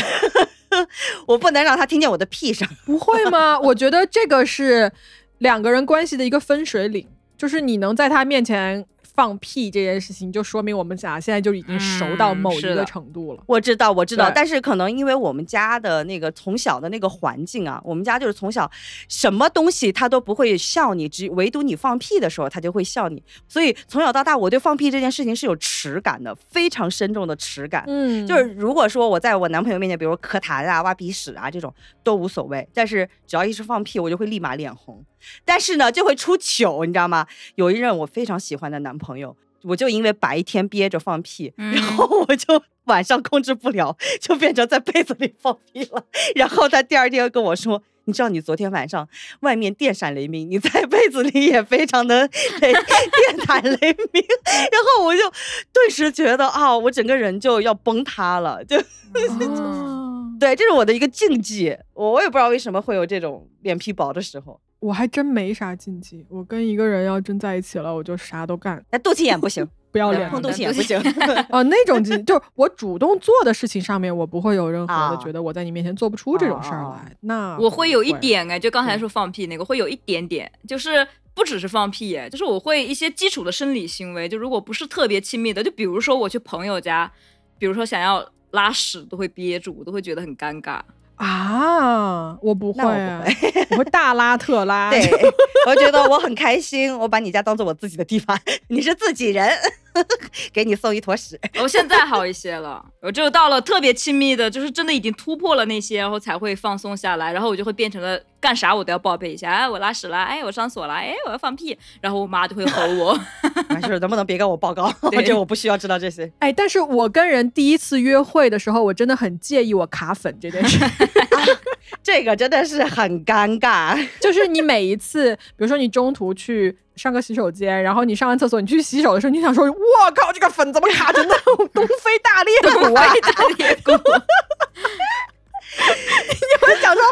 我不能让他听见我的屁声。不会吗？我觉得这个是两个人关系的一个分水岭，就是你能在他面前放屁这件事情，就说明我们俩现在就已经熟到嗯某一是个的程度了。我知道，我知道对，但是可能因为我们家的那个从小的那个环境啊，我们家就是从小什么东西他都不会笑你，只唯独你放屁的时候他就会笑你，所以从小到大我对放屁这件事情是有耻感的，非常深重的耻感。嗯就是如果说我在我男朋友面前，比如说咳痰啊、挖鼻屎啊这种都无所谓，但是只要一是放屁，我就会立马脸红。但是呢，就会出糗，你知道吗？有一任我非常喜欢的男朋友，我就因为白天憋着放屁，嗯然后我就晚上控制不了，就变成在被子里放屁了。然后他第二天跟我说。你知道你昨天晚上外面电闪雷鸣，你在被子里也非常的雷 电闪雷鸣，然后我就顿时觉得啊，我整个人就要崩塌了，就啊对，这是我的一个禁忌，我我也不知道为什么会有这种脸皮薄的时候，我还真没啥禁忌，我跟一个人要真在一起了，我就啥都干，那肚脐眼不行，不要对脸碰的肚东脐西眼不行，啊，那种禁忌就是我主动做的事情上面，我不会有任何啊的觉得我在你面前做不出这种事儿啊啊啊来。那我会有一不点哎，就刚才说放屁那个，会有一点点，就是不只是放屁哎，就是我会一些基础的生理行为，就如果不是特别亲密的，就比如说我去朋友家，比如说想要拉屎都会憋住，我都会觉得很尴尬。啊，我不会那我不啊，我会大拉特拉。对，我觉得我很开心，我把你家当做我自己的地方，你是自己人， 给你送一坨屎，我现在好一些了，我只有到了特别亲密的，就是真的已经突破了那些，然后才会放松下来，然后我就会变成了干啥我都要报备一下，哎，我拉屎啦，哎，我上锁啦，哎，我要放屁，然后我妈就会吼我， 完事儿能哎不能别跟我报告？ 我对觉得我不需要知道这些哎，但是我跟人第一次约会的时候，我真的很介意我卡粉这件事。啊，这个真的是很尴尬，就是你每一次，比如说你中途去上个洗手间，然后你上完厕所，你去洗手的时候，你想说，我靠，这个粉怎么卡成那种东非大裂谷啊？ 你打裂谷，会想说。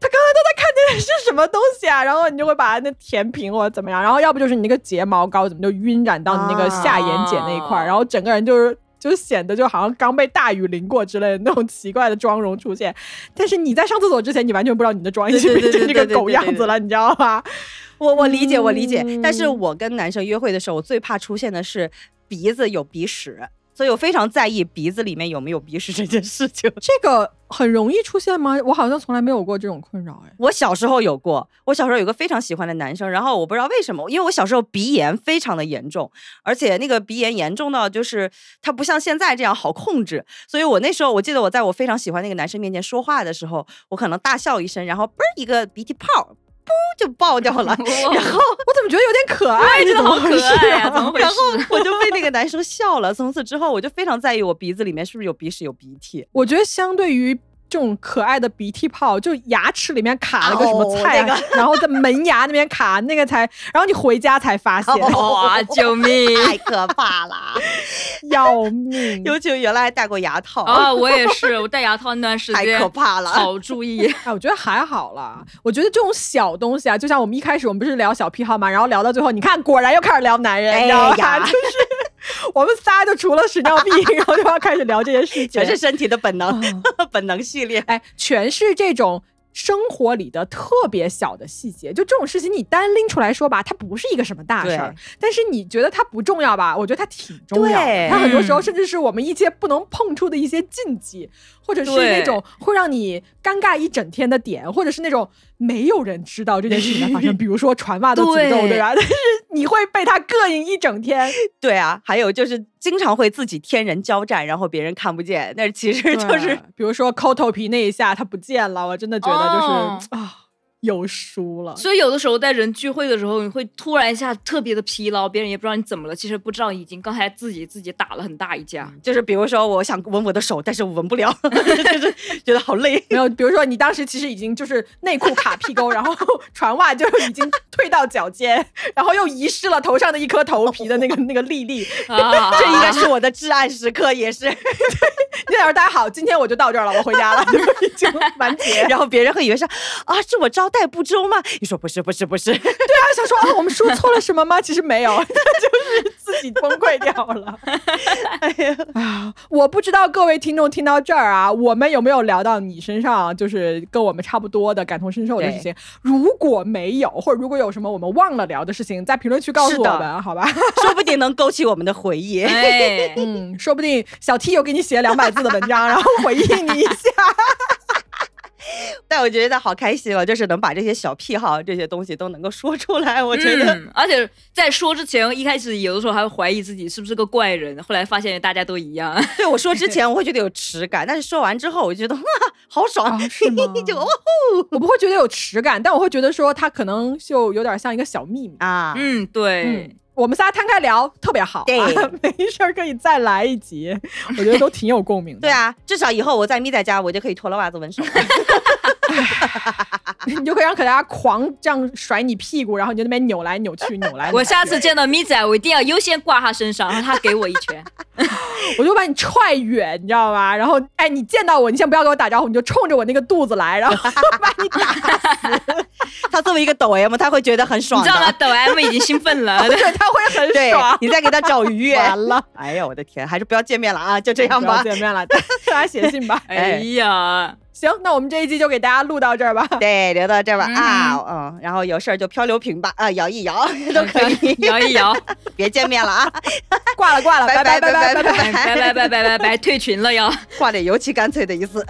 他刚才都在看见的是什么东西啊？然后你就会把它那填平或者怎么样，然后要不就是你那个睫毛膏怎么就晕染到你那个下眼睑那一块儿，啊然后整个人就是就显得就好像刚被大雨淋过之类的那种奇怪的妆容出现。但是你在上厕所之前，你完全不知道你的妆已经对变对对成这个对对对狗对样对子了，你知道吧？我我理解，我理解。但是嗯我跟男生约会的时候，我最怕出现的是鼻子有鼻屎。所以我非常在意鼻子里面有没有鼻屎这件事情。这个很容易出现吗？我好像从来没有过这种困扰，哎，我小时候有过，我小时候有个非常喜欢的男生，然后我不知道为什么，因为我小时候鼻炎非常的严重，而且那个鼻炎严重到就是它不像现在这样好控制，所以我那时候我记得我在我非常喜欢那个男生面前说话的时候，我可能大笑一声，然后嘣儿一个鼻涕泡。噗就爆掉 了，然后我怎么觉得有点可爱？真的好可爱呀、怎啊！么回事然后我就被那个男生笑了。从此之后，我就非常在意我鼻子里面是不是有鼻屎、有鼻 涕。我觉得相对于这种可爱的鼻涕泡，就牙齿里面卡了个什么菜，啊哦那 然后在门牙那边卡那个才，然后你回家才发现，哦哇，救命！太可怕了！ 要命！尤其原来还戴过牙 套，啊，我也是，我戴牙套那段时太间可怕了。好注意。 哎，我觉得还好啦。我觉得这种小东西啊，就像我们一开始我们不是聊小癖好嘛，然后聊到最后，你看果然又开始聊男人，哎你知道吧？呀就是我们仨就除了屎尿屁， 然后就要开始聊这些事情，全是身体的本能，嗯本能系列。哎，全是这种生活里的特别小的细节，就这种事情你单拎出来说吧，它不是一个什么大事儿对，但是你觉得它不重要吧？我觉得它挺重要的对，它很多时候嗯甚至是我们一些不能碰触的一些禁忌，或者是对那种会让你尴尬一整天的点，或者是那种没有人知道这件事情的发 生，比如说传袜的诅咒，对对吧？但 是你会被它膈应一整天，对啊，还有就是经常会自己天人交战，然后别人看不见，那其实就是对比如说抠头皮那一下它不见了，我真的觉得就是、哦啊。有输了，所以有的时候在人聚会的时候，你会突然一下特别的疲劳，别人也不知道你怎么了，其实不知道已经刚才自己自己打了很大一架。就是，比如说我想闻我的手，但是我闻不了， 就是觉得好累。没有，比如说你当时其实已经就是内裤卡屁沟，然后船袜就已经退到脚尖，然后又遗失了头上的一颗头皮的那个那个粒粒。啊，嗯 这应该是我的至暗时刻，也 是。你在那儿大家好，今天我就到这儿了，我回家了， 就已经完结。然然后别人会以为是啊，是我招待不周吗？你说不是，不是，不是。 后想说啊，我们说错了什么吗？其实没有， 就是自己崩溃掉了。哎呀，啊，我不知道各位听众听到这儿啊，我们有没有聊到你身上就是跟我们差不多的感同身受的事情？如果没有，或者如果有什么我们忘了聊的事情，在评论区告诉是我的们，好吧？ 说不定能勾起我们的回忆。哎，嗯，说不定小 T 又给你写两百字的文章，然后回应你一下。 但我觉得好开心哦，就是能把这些小癖好这些东西都能够说出来，我觉得。嗯而且在说之前，一开始有的时候还会怀疑自己是不是个怪人，后来发现大家都一样。对我说之前我会觉得有耻感，但是说完之后我就觉得哇，好爽，啊是吗 就哦 我不会觉得有耻感，但我会觉得说他可能就有点像一个小秘密。啊，嗯，对，嗯，我们仨摊开聊特别好，对啊， 没事儿可以再来一 集，我觉得都挺有共鸣的。对，啊，至少以后我在咪仔家，我就可以脱了袜子闻手。 你就可以让可大家狂这样甩你屁股，然后你就那边扭来扭去，扭 来扭去。我下次见到咪仔，我一定要优先挂他身上，让他给我一拳。我就把你踹远，你知道吗？然后，哎，你见到我，你先不要跟我打招呼，你就冲着我那个肚子来，然后 把你打他作为一个抖 M，他会觉得很你爽知道吗？的。抖 M 已经兴奋 了。对，他会很对爽。你再给他找愉悦，完了。哎呀，我的天，还是不要见面了啊！就这样不要吧。见面了，大家写信 吧。哎呀，行，那我们这一季就给大家录到这儿吧。对，留到这儿吧嗯啊，嗯，然后有事儿就漂流瓶吧，啊，摇一摇 都可 以，摇一摇，别见面了啊，挂了挂了，拜拜拜拜拜拜拜拜 拜拜。哎拜拜拜拜拜拜，退群了要。挂点尤其干脆的一次。